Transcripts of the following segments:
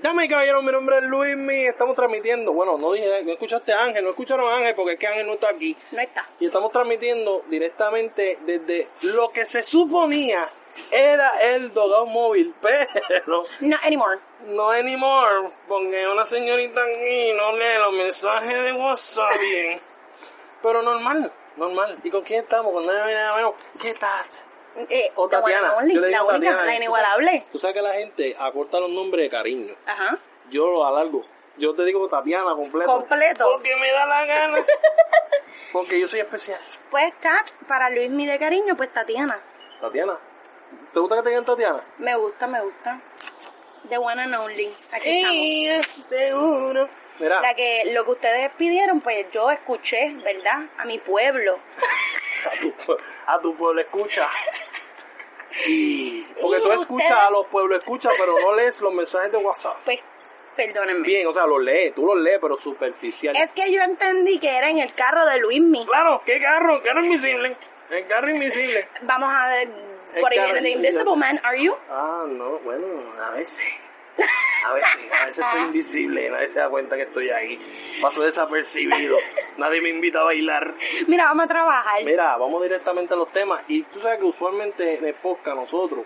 Dame caballero, mi nombre es Luismi, estamos transmitiendo, bueno, no dije, no escuchaste a Ángel, no escucharon a Ángel porque es que Ángel no está aquí. No está. Y estamos transmitiendo directamente desde lo que se suponía era el Dogado Móvil, pero No anymore. no anymore, porque una señorita aquí no lee los mensajes de WhatsApp bien. Pero normal, normal. ¿Y con quién estamos? Con nadie nada menos que Tat. Eh, O the one Oh, Tatiana. and only, Yo le la digo única, Tatiana, la ¿eh? inigualable. Tú sabes que la gente acorta los nombres de cariño. Ajá. Yo lo alargo. Yo te digo Tatiana completo. Completo. Porque me da la gana. Porque yo soy especial. Pues Tat, para Luis mi de cariño, pues Tatiana. Tatiana. ¿Te gusta que te digan Tatiana? Me gusta, me gusta. The one and only. Aquí estamos. Sí, seguro. Mira, La que, lo que ustedes pidieron, pues yo escuché, ¿verdad? A mi pueblo. a tu, pue- a tu pueblo escucha. Y- porque Y tú escuchas ustedes- a los pueblos escucha, pero no lees los mensajes de WhatsApp. Pues, perdónenme. Bien, o sea, los lees, tú los lees, pero superficial. Es que yo entendí que era en el carro de Luismi. Claro, ¿qué carro? Carro invisible. El carro invisible. Vamos a ver, El por ahí carro viene The de Luismi. Invisible Man, ¿are you? Ah, no, bueno, a veces. A veces, a veces soy invisible, nadie se da cuenta que estoy ahí. Paso desapercibido, nadie me invita a bailar. Mira, vamos a trabajar. Mira, vamos directamente a los temas. Y tú sabes que usualmente en el podcast nosotros,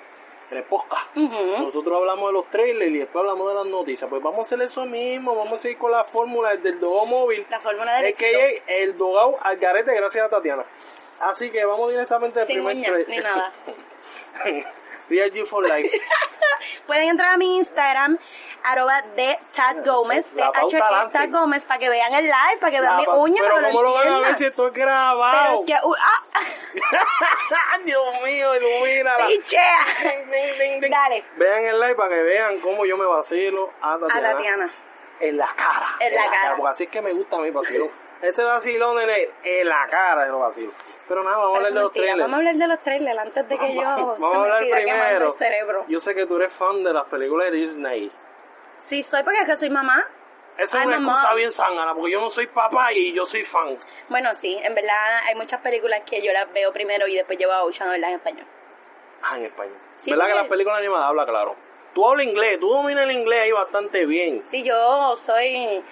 en el podcast, Ujú. nosotros hablamos de los trailers y después hablamos de las noticias. Pues vamos a hacer eso mismo, vamos a seguir con la fórmula del Dogao Móvil. La fórmula del Es que el Dogao al garete gracias a Tatiana. Así que vamos directamente al Sin primer uña, trailer. ni nada. Real G for Life. Pueden entrar a mi Instagram, arroba de Chad Gómez, de La pauta H E adelante. Gómez, para que vean el live, para que vean mi Ah, uña, pero para que ¿cómo lo van a ver entiendan. si esto es grabado? Pero es que, uh, ah, Dios mío, ilumínala. pichea. Ding, ding, ding, ding. Dale. Vean el live para que vean cómo yo me vacilo a A Tatiana. Tatiana. En la cara. En la cara. Porque así es que me gusta a mí vacilón. Ese vacilón en, el- en la cara de los vacilos. Pero nada, vamos a hablar de los Mentira, trailers. Vamos a hablar de los trailers antes de que yo Vamos se a me hablar siga quemando primero. el cerebro. Yo sé que tú eres fan de las películas de Disney. Sí, soy porque es que soy mamá. Esa Ay, es una mamá. excusa bien sangana, porque yo no soy papá y yo soy fan. Bueno, sí, en verdad hay muchas películas que yo las veo primero y después llevo a Ocean en español. Ah, en español. Sí, ¿Verdad porque- que las películas animadas habla claro? Tú hablas inglés, tú dominas el inglés ahí bastante bien. Sí, yo soy...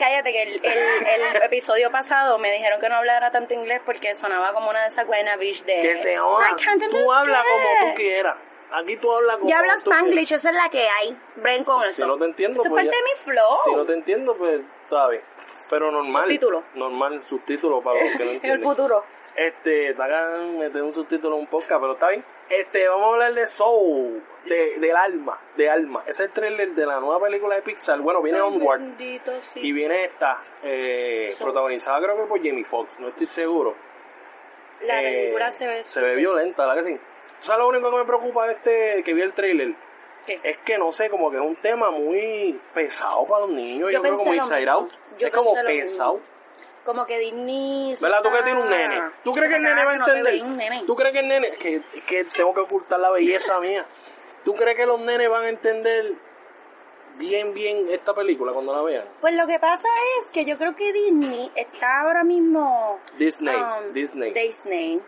Cállate que el, el- el episodio pasado me dijeron que no hablara tanto inglés porque sonaba como una de esas buena bitch de... Que se joda. Eh, I can't Tú hablas como tú quieras. quieras. Aquí tú hablas como Yo hablo tú quieras. Spanglish, esa es la que hay. Bren con eso. Si no te entiendo, Eso es pues parte ya- de mi flow. Si no te entiendo, pues, ¿sabes? Pero normal. Subtítulo. Normal, subtítulo para los que no en entienden. el futuro. Este, está acá, meter un subtítulo en un podcast, pero está bien. Este, vamos a hablar de Soul, de, del alma, de alma. Ese es el trailer de la nueva película de Pixar. Bueno, viene Onward. Bendito, sí. Y viene esta, eh, Soul. protagonizada creo que por Jamie Foxx, no estoy seguro. Eh, La película se ve... Se ve violenta, ¿verdad que sí? O sea, lo único que me preocupa de este que vi el trailer ¿Qué? es que no sé, como que es un tema muy pesado para los niños. Yo Yo, creo pensé como lo Inside mismo. Out. Yo es como pensé lo pesado. Como que Disney... ¿Verdad? Tú que está- tienes un nene. ¿Tú crees que el nene va a Ah, no te entender? ve un nene. ¿Tú crees que el nene.? Es que, es que tengo que ocultar la belleza mía. ¿Tú crees que los nenes van a entender bien, bien esta película cuando la vean? Pues lo que pasa es que yo creo que Disney está ahora mismo. Disney, um, Disney. Disney.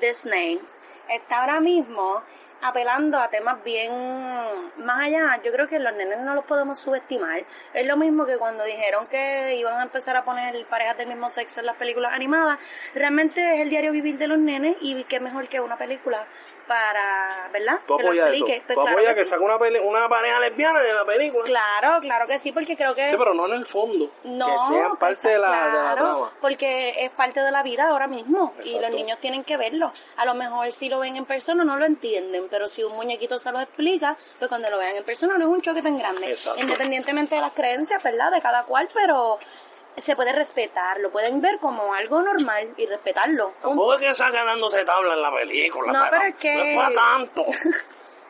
Disney. Está ahora mismo apelando a temas bien más allá. Yo creo que los nenes no los podemos subestimar. Es lo mismo que cuando dijeron que iban a empezar a poner parejas del mismo sexo en las películas animadas. Realmente es el diario vivir de los nenes y qué mejor que una película para, ¿verdad? Tú Que lo apoyas eso. explique. Pues Tú claro apoyas que que sí. saca una, pele- una pareja lesbiana de la película. Claro, claro que sí, porque creo que Sí, pero no en el fondo. no, que sean parte esa- de, la, de la claro, trama. porque es parte de la vida ahora mismo y los Exacto. niños tienen que verlo. A lo mejor si lo ven en persona no lo entienden, pero si un muñequito se lo explica, pues cuando lo vean en persona no es un choque tan grande. Exacto. Independientemente de las creencias, ¿verdad? De cada cual, pero se puede respetar, lo pueden ver como algo normal y respetarlo. Un- Tampoco es que salga dándose tabla en la película. No, pero es que- No es para tanto.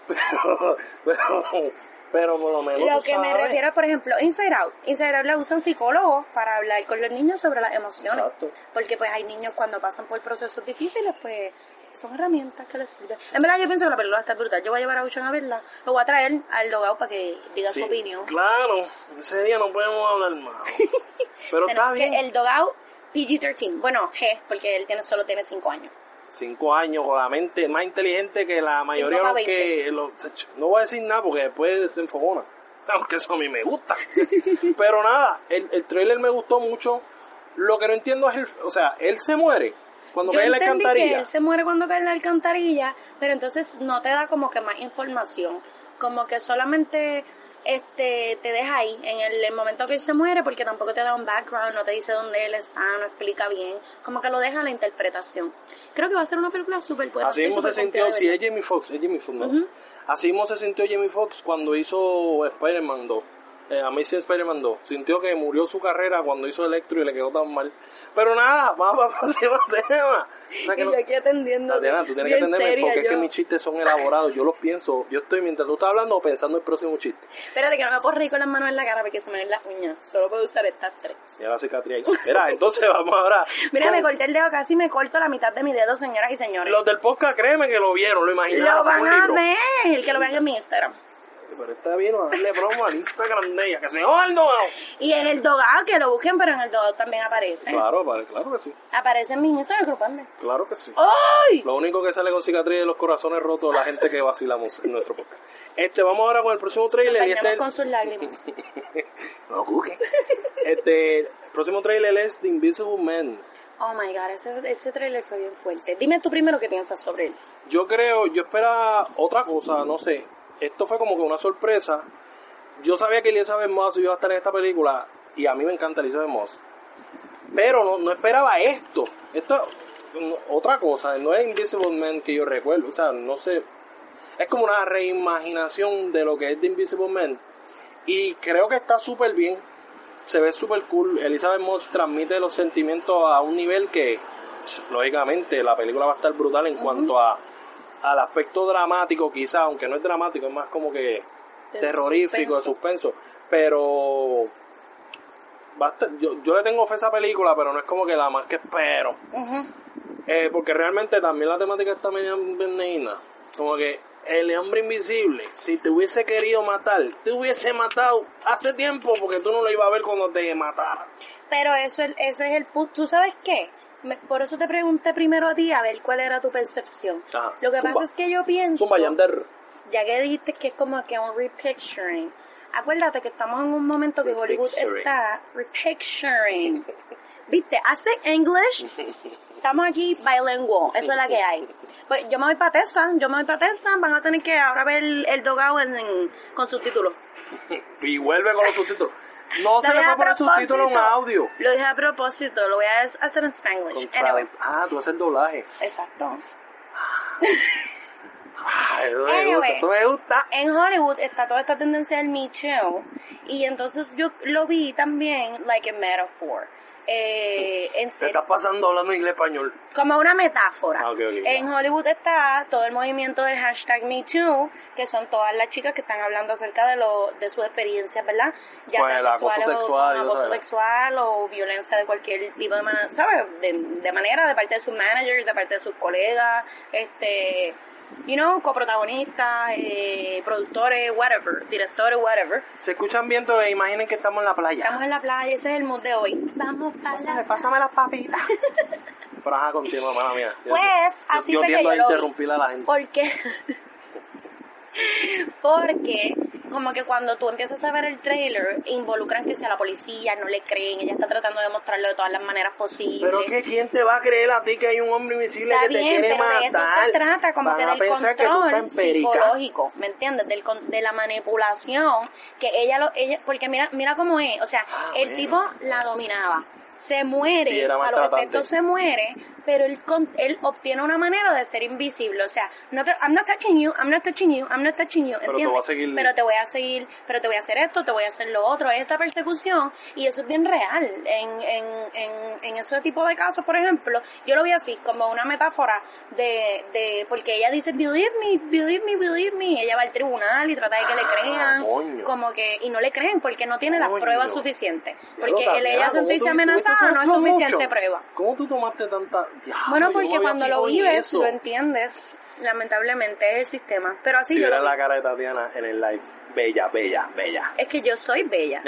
pero, pero, pero por lo menos. Lo tú que me sabes. refiero, por ejemplo, Inside Out. Inside Out la usan psicólogos para hablar con los niños sobre las emociones. Exacto. Porque pues hay niños cuando pasan por procesos difíciles, pues son herramientas que les sirven. En verdad yo pienso que la película está brutal. Yo voy a llevar a Ocean a verla. Lo voy a traer al logado para que diga Sí, su opinión. Claro, ese día no podemos hablar más. Pero está Tenemos que bien. El dogado PG-13. Bueno, G, porque él tiene, solo tiene 5 años. Cinco años con la mente más inteligente que la mayoría de pa' los que. los- no voy a decir nada porque después se enfogona. aunque eso a mí me gusta. Pero nada, el, el trailer me gustó mucho. Lo que no entiendo es, el, o sea, él se muere cuando Yo cae en la entendí que alcantarilla. él se muere cuando cae en la alcantarilla, pero entonces no te da como que más información, como que solamente este te deja ahí en el, el momento que él se muere, porque tampoco te da un background, no te dice dónde él está, no explica bien, como que lo deja a la interpretación. Creo que va a ser una película súper buena. Así estoy mismo se súper sintió, confiada de sí, verla. es Jamie Foxx, es Jamie Foxx, ¿no? Así mismo se sintió Jamie Foxx cuando hizo Spider-Man 2. Eh, Amazing Spider-Man 2. Sintió que murió su carrera cuando hizo Electro y le quedó tan mal. Pero nada, vamos para el próximo tema. O sea que Y no- yo aquí atendiendo. Tatiana, tú tienes que bien entenderme seria porque es que yo. mis chistes son elaborados. Yo los pienso, yo estoy mientras tú estás hablando pensando el próximo chiste. Espérate que no me puedo reír con las manos en la cara porque se me ven las uñas. Solo puedo usar estas tres. Y ahora cicatriz ahí. Mira, entonces vamos ahora. Mira, con me corté el dedo casi, me corto la mitad de mi dedo, señoras y señores. Los del podcast, créeme que lo vieron, lo imaginaron. Lo van como un a libro. ver, que lo vean en mi Instagram. Pero está bien, vamos a darle promo al Instagram de ella, que se ¡Aldo! Y en el Dogao, que lo busquen, pero en el Dogao también aparece. Claro, vale, claro que sí. Aparece en mi Instagram grupando. Claro que sí. ¡Ay! Lo único que sale con cicatriz de los corazones rotos la gente que vacilamos en nuestro podcast. Este, vamos ahora con el próximo trailer. Y este Bañamos es el- con sus lágrimas. No, cuque. Este, el próximo trailer es The Invisible Man. Oh my god, ese, ese trailer fue bien fuerte. Dime tú primero qué piensas sobre él. Yo creo, yo esperaba otra cosa, no sé. Esto fue como que una sorpresa. Yo sabía que Elizabeth Moss iba a estar en esta película y a mí me encanta Elizabeth Moss. Pero no, no esperaba esto. Esto no, otra cosa, no es Invisible Man que yo recuerdo. O sea, no sé. Es como una reimaginación de lo que es The Invisible Man. Y creo que está súper bien. Se ve súper cool. Elizabeth Moss transmite los sentimientos a un nivel que, pss, lógicamente, la película va a estar brutal en cuanto a al aspecto dramático, quizá, aunque no es dramático, es más como que De terrorífico, de suspenso. Pero va a estar- yo, yo le tengo fe a esa película, pero no es como que la más que espero. Ujú. Eh, porque realmente también la temática está medio benigna. Como que el hombre invisible, si te hubiese querido matar, te hubiese matado hace tiempo porque tú no lo ibas a ver cuando te matara. Pero eso, es- ese es el punto. ¿Tú sabes qué? Me- por eso te pregunté primero a ti a ver cuál era tu percepción. Ajá. Lo que Zumba. pasa es que yo pienso... Zumba Yander. ya que dijiste que es como que un repicturing, acuérdate que estamos en un momento que Hollywood Repicturing. está repicturing. ¿Viste? Aspect English. Estamos aquí bilingual, eso es la que hay. Pues yo me voy para Tessa, yo me voy para Tessa, van a tener que ahora ver el, el dogado en, en- con subtítulos. Y vuelve con los subtítulos. No se Lo le dije va a a poner subtítulos a un propósito. audio. Lo dije a propósito, lo voy a hacer en Spanglish. Con Anyway, Trump. Ah, tú haces el doblaje. exacto. Ay, eso me Anyway. gusta, eso me gusta. en Hollywood está toda esta tendencia del Me Too, y entonces yo lo vi también like a metaphor eh, en Se ser- está pasando hablando inglés español. como una metáfora Ah, ok, ok, en Hollywood está todo el movimiento del hashtag Me Too que son todas las chicas que están hablando acerca de lo de sus experiencias verdad ya Con Pues, sea el acoso sexuales o- sexual y con todo eso, acoso ¿verdad? sexual o violencia de cualquier tipo de manera sabes de, de manera de parte de sus managers de parte de sus colegas este you know coprotagonistas eh, productores whatever directores whatever Se escuchan viento e imaginen que estamos en la playa. estamos en la playa ese es el mood de hoy vamos para la pásame las papitas. Pero ajá, continúa, mala mía. Yo- Pues, yo- así yo fue que tiendo yo a lo vi. interrumpir a la gente. ¿Por qué? Porque como que cuando tú empiezas a ver el trailer, involucran que sea la policía, no le creen, ella está tratando de mostrarlo de todas las maneras posibles. Pero es que quién te va a creer a ti que hay un hombre invisible Está que te bien, quiere pero de eso matar. se trata, como Van que a del pensar que tú estás control en perica. psicológico, ¿me entiendes? Del, con- de la manipulación, que ella lo, ella, porque mira, mira cómo es, o sea, Ah, el bueno. tipo la dominaba, se muere, Sí, era a los maltratante. efectos se muere, pero él, con- él obtiene una manera de ser invisible, o sea, no te, I'm not touching you, I'm not touching you, I'm not touching you, Pero te ¿entiendes? voy a seguir- Pero te voy a seguir, pero te voy a hacer esto, te voy a hacer lo otro, es esa persecución y eso es bien real en, en, en, en ese tipo de casos, por ejemplo, yo lo vi así como una metáfora de, de porque ella dice believe me, believe me, believe me, ella va al tribunal y trata de que le Ah, crean, coño. como que y no le creen porque no tiene las Coño. pruebas suficientes, Ya lo porque el cambiaron, ella ¿cómo sentirse tú- amenazada tú no es haces suficiente mucho? prueba. ¿Cómo tú tomaste tanta.? Diablo, Bueno, yo porque me había cuando lo fijado en vives, eso. lo entiendes, lamentablemente es el sistema, pero así Si yo lo vieran vi. la cara de Tatiana en el live. Bella, bella, bella. Es que yo soy bella.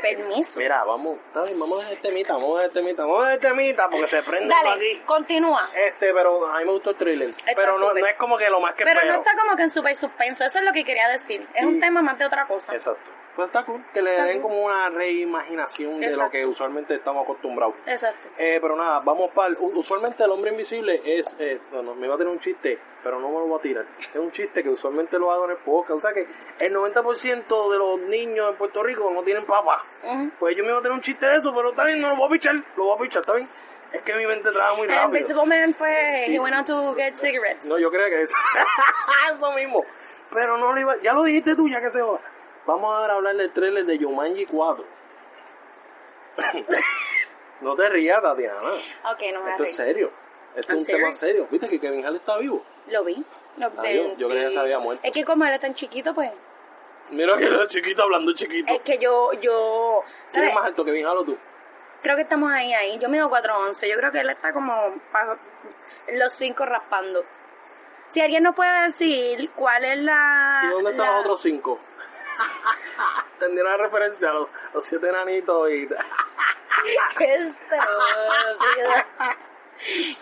Permiso. Mira, vamos, está bien, vamos a dejar este mita, vamos a dejar este mita, vamos a dejar este mita porque se prende esto aquí. Dale, continúa. Este, pero a mí me gustó el thriller. pero no, súper. no es como que Mm. lo más que Pero no espero. está como que en super suspenso, eso es lo que quería decir. Es un tema más de otra cosa. Exacto. Pues está cool, que le Está den cool. como una reimaginación de lo Exacto. que usualmente estamos acostumbrados. Exacto. Eh, pero nada, vamos para... Usualmente el hombre invisible es... Eh, bueno, me va a tener un chiste, pero no me lo voy a tirar. Es un chiste que usualmente lo hago en el podcast. O sea que el 90% de los niños en Puerto Rico no tienen papá. Ujú. Pues yo me iba a tener un chiste de eso, pero está bien, no lo voy a pichar. Lo voy a pichar, está bien. Es que mi mente trabaja muy El rápido. principal man fue, Sí. he went out to get cigarettes. No, yo creo que es eso mismo. Pero no lo iba. Ya lo dijiste tú, ya que se joda. Vamos ahora a hablar del trailer de Yomanji 4. no te rías, Tatiana. Ok, no me Esto es arrepiento. serio. Esto I'm es un tema serious. serio. ¿Viste que Kevin Hall está vivo? Lo vi. Lo Ah, yo- yo creía que se había muerto. Es que como él es tan chiquito, pues. Mira que era chiquito hablando chiquito. Es que yo, yo. ¿Quién es ¿sabes? más alto que Kevin Hall o tú? Creo que estamos ahí, ahí. Yo mido 4'11. Yo creo que él está como pa- los cinco raspando. Si alguien nos puede decir cuál es la... ¿Y dónde están la- los otros cinco? Tendrían una referencia a los, los siete enanitos y... Qué estúpida.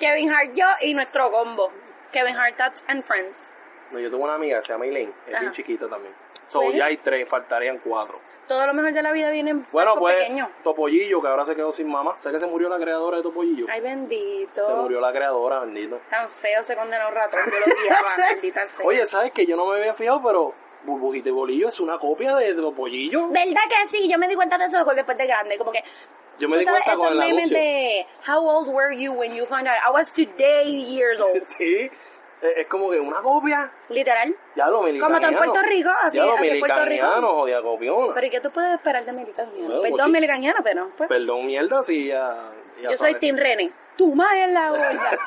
Kevin Hart, yo y nuestro combo. Kevin Hart, Tats and Friends. No, yo tengo una amiga que se llama Elaine. Es bien Ajá. chiquita también. So, Pues. ya hay tres, faltarían cuatro. Todo lo mejor de la vida viene en Bueno, frascos pues pequeños. Topollillo, que ahora se quedó sin mamá. ¿Sabes que se murió la creadora de Topollillo? Ay, se bendito. murió la creadora, bendito. Tan feo se condenó un ratón. Yo lo guiaba, maldita sea. Oye, ¿sabes que Yo no me había fijado, pero Burbujita y Bolillo es una copia de Topollillo. ¿Verdad que sí? Yo me di cuenta de eso después de grande. Como que. Yo me ¿tú di sabes cuenta esos con el memes anuncio. de How old were you when you found out? I was today years old. Sí, es, es como que una copia. Literal. Ya lo militar. Como está en Puerto Rico, así- Ya lo así en Puerto militarniano, jodida copiona. Pero ¿y qué tú puedes esperar de Americaniana? Bueno, Pues porque- dos Americaniana, pero. Pues, Perdón, mierda, si ya. ya yo soy sabes. Tim René. Tu madre es la olla.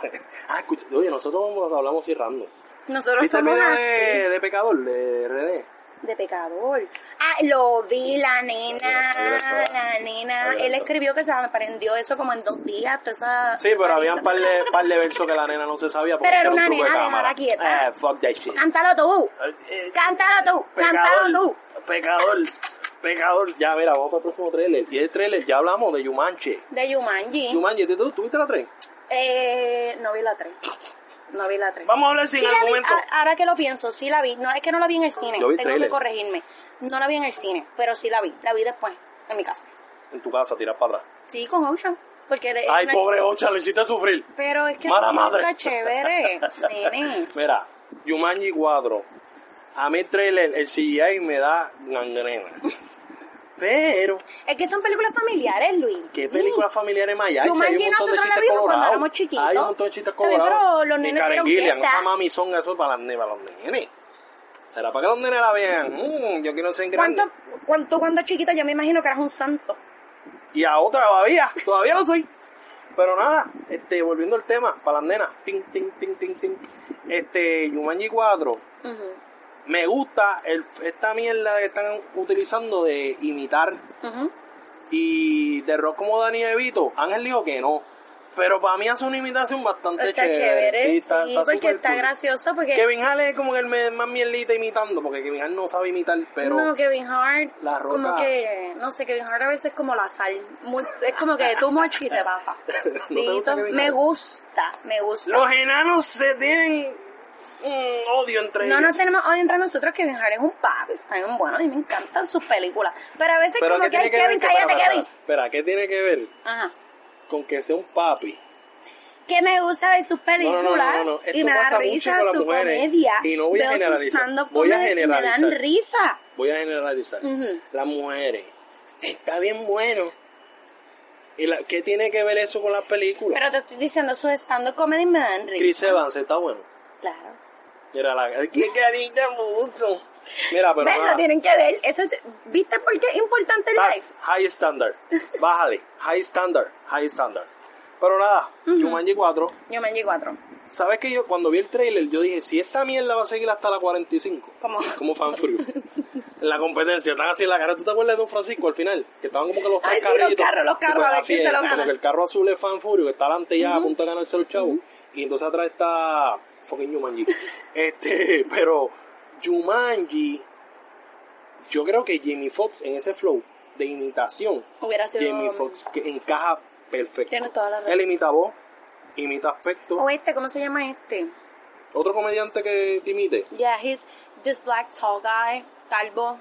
ah, escucha, oye, nosotros vamos- hablamos así random. Nosotros ¿Viste el somos video así. de, de Pecador, de René? De pecador. Ah, lo vi, la nena, Ahí está. la nena. Ahí está. Él escribió que se aprendió eso como en dos días, toda esa... Sí, pero esa había un lista. par de, par de versos que la nena no se sabía porque Pero era un una truco de nena, cámara. déjala quieta. Eh, fuck that shit. Cántalo tú, Eh, cántalo tú, cántalo Pecador, tú. pecador, pecador. Ya, mira, vamos para el próximo trailer. Y el trailer, ya hablamos de Yumanche. De Yumanji. Yumanche, ¿tú tú tuviste la tren? Eh, no vi la 3. No vi la 3. Vamos a hablar sin Sí la vi, argumento. a- ahora que lo pienso, sí la vi. No, es que no la vi en el cine. Yo vi Tengo trailer. que corregirme. No la vi en el cine, pero sí la vi. La vi después, en mi casa. En tu casa, tiras para atrás. Sí, con Ocean. Porque le- Ay, una- pobre Ocha, lo hiciste sufrir. Pero es que Mala no madre. está chévere, nene. Mira, Yumanji 4. A mí el trailer, el CGI me da gangrena. Pero, Es que son películas familiares, Luis. ¿qué películas familiares más hay? Ay, si Yumanji hay un montón de nosotros la chistes vimos cuando colorados. éramos chiquitos. Hay un montón de chistes Está bien, colorados. pero los Y nenes Karen vieron Gillian, quieta. esa mami son eso es para las ne- para los nenes. ¿Será para que los nenes la vean? Mm, yo quiero ser grande. ¿Cuánto, cuánto cuando chiquita yo me imagino que eras un santo? Y a otra todavía, todavía lo soy. Pero nada, este, volviendo al tema, para las nenas, ting, ting, ting, ting, ting. Este, Yumanji 4, Ujú, me gusta el, esta mierda que están utilizando de imitar ujú. y de rock como Dani Evito. Ángel dijo que no. Pero para mí hace una imitación bastante Está chévere. chévere, sí, porque super está cool. gracioso, porque... Kevin Hall es como que el me- más mierdita imitando, porque Kevin Hall no sabe imitar, pero no, Kevin Hart, La Roca- como que, no sé, Kevin Hart a veces es como la sal, muy- es como que tú much y se pasa. te gusta Kevin me Hart? gusta, me gusta. los enanos se tienen mm, odio entre No ellos. nos tenemos hoy entre nosotros Kevin Hart es un papi, está bien bueno y me encantan sus películas. Pero a veces Pero como ¿qué que, tiene ay, Kevin, ver- espera, cállate, espera, Kevin. Espera, ¿qué tiene que ver Ajá. con que sea un papi? Que me gusta ver sus No, películas no, no, no, no. y Esto me da pasa mucho risa con las su mujeres, comedia. y no voy a Veo sus generalizar. stand-up Voy a comedies y me dan generalizar. risa. Voy a generalizar. Ujú. Las mujeres. Está bien bueno. ¿Y la- qué tiene que ver eso con las películas? Pero te estoy diciendo, sus stand-up comedies me dan risa. Chris Evans está bueno. Claro. Mira la qué carita mucho. Mira, pero ¿Ves? nada. Lo tienen que ver. Eso es- ¿Viste por qué es importante el Back, live? high standard. Bájale. High standard. High standard. Pero nada, Jumanji 4. Yo me 4. ¿Sabes que yo cuando vi el trailer yo dije, si esta mierda va a seguir hasta la 45? Como- Como fan furious. En la competencia, están así en la cara. ¿Tú te acuerdas de Don Francisco al final? Que estaban como que los tres Ay, sí, los carritos. carros, los Y carros, pues a ver así quién se era, lo gana. Como que el carro azul es fan furio, que está adelante ya a punto de ganarse los chavos. Y entonces atrás está fucking Jumanji. este, pero Jumanji, yo creo que Jamie Foxx en ese flow de imitación, Hubiera sido... Jamie Foxx que encaja perfecto. Tiene toda la razón. Él imita voz, imita aspecto. O este, ¿cómo se llama este? Otro comediante que te imite. Yeah, he's this black tall guy, calvo.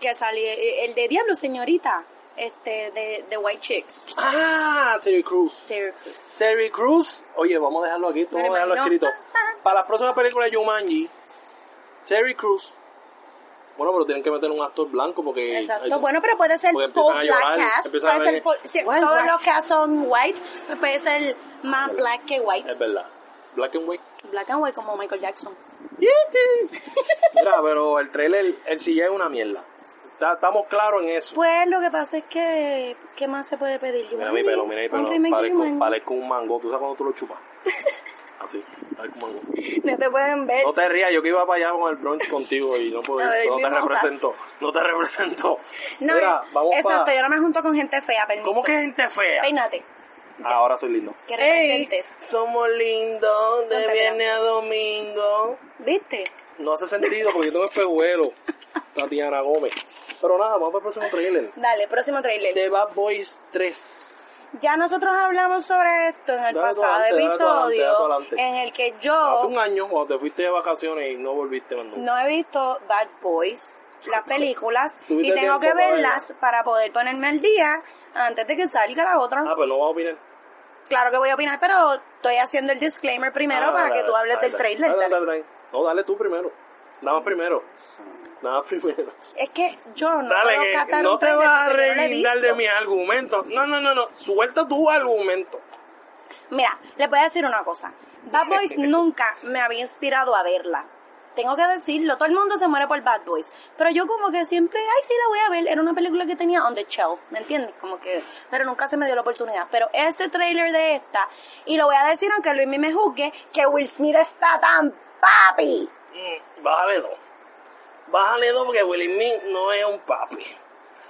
que salió, el de Diablo, señorita, este, de, de White Chicks, Ah, Terry Cruz. Terry Crews. Terry Cruz. Oye, vamos a dejarlo aquí, tú Me vamos a dejarlo imagino. escrito. Para la próxima película de Jumanji, Terry Cruz. Bueno, pero tienen que meter un actor blanco porque. Exacto, ay, bueno, pero puede ser Porque full empiezan a black llorar, cast, empiezan a puede ser ver- full- si Why, todos why? los cast son white, pues puede ser más black que white, Es verdad. Black and white. black and white como Michael Jackson. Mira, pero el trailer, el CGI es una mierda. Está- Estamos claros en eso. Pues lo que pasa es que, ¿qué más se puede pedir? Mira mi pelo, mira mi Un pelo. remake de Parezco, Jumanji. parezco un mango. ¿Tú sabes cuando tú lo chupas? Así, parezco un mango. No te pueden ver. No te rías, yo que iba para allá con el brunch contigo y no pude, A ver, no te mi moza. represento, no te represento. No, Mira, es- vamos exacto, para... yo ahora me junto con gente fea, permiso. ¿Cómo que gente fea? Peínate, Ah, ahora soy lindo. que Ey, representes. somos lindos No de te viernes a domingo. ¿Viste? No hace sentido porque yo tengo espejuelo. Tatiana Gómez. Pero nada, vamos para el próximo trailer. Dale, próximo trailer. The Bad Boys 3. Ya nosotros hablamos sobre esto en Dale el tú pasado adelante, dale tú adelante, episodio, dale tú adelante. en el que Hace yo un año cuando te fuiste de vacaciones y no volviste más nunca. Oh. no he visto Bad Boys, las películas, y Tuviste tengo tiempo que para verlas para poder ponerme al día antes de que salga la otra. Ah, pues no vas a opinar. Claro que voy a opinar, pero estoy haciendo el disclaimer primero Ah, para dale, que dale, tú hables dale, del dale. trailer. Dale, dale. dale, dale. No, dale tú primero. Nada más primero. Nada más primero. Es que yo no Dale, puedo que catar no un te trailer vas a porque yo no lo he reguindar de visto. mis argumentos. No, no, no, no. Suelta tu argumento. Mira, les voy a decir una cosa. Bad Boys nunca me había inspirado a verla. Tengo que decirlo, todo el mundo se muere por Bad Boys. Pero yo como que siempre, ay, sí, la voy a ver. Era una película que tenía on the shelf, ¿me entiendes? Como que, pero nunca se me dio la oportunidad. Pero este trailer de esta, y lo voy a decir aunque Luis me juzgue, que Will Smith está tan papi. Mm, Bájale dos. Bájale dos porque Willy Smith no es un papi.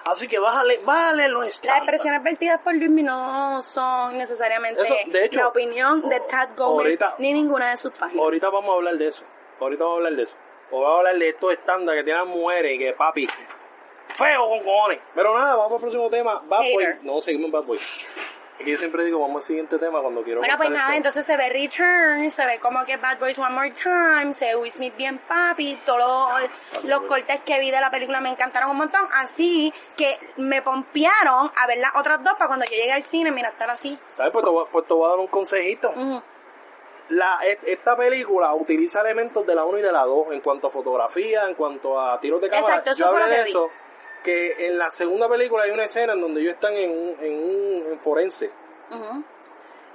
Así que bájale, bájale los Las estándares. expresiones vertidas por Luis no son necesariamente Eso, de hecho, la opinión de Tad Gómez ahorita- ni ninguna de sus páginas. Ahorita vamos a hablar de eso. Ahorita vamos a hablar de eso. O vamos a hablar de estos estándares que tienen las mujeres y que papi. Feo con cojones. Pero nada, vamos al próximo tema. Bad Hater. Boy. No, seguimos en Bad Boy. Es que yo siempre digo, vamos al siguiente tema cuando quiero. Bueno, pues cortar nada, esto. entonces se ve Return, se ve como que Bad Boys One More Time, se ve Will Smith bien papi, Ah, todos los, eh, los cortes que vi de la película me encantaron un montón, así que me pompearon a ver las otras dos para cuando yo llegue al cine, mira, estar así. ¿Sabes? Pues te, voy, a- pues te voy a dar un consejito. Ujú. La, e- esta película utiliza elementos de la 1 y de la 2 en cuanto a fotografía, en cuanto a tiros de cámara. Exacto, eso yo fue hablé lo que de vi. eso. Que en la segunda película hay una escena en donde ellos están en un, en un en forense. Ujú.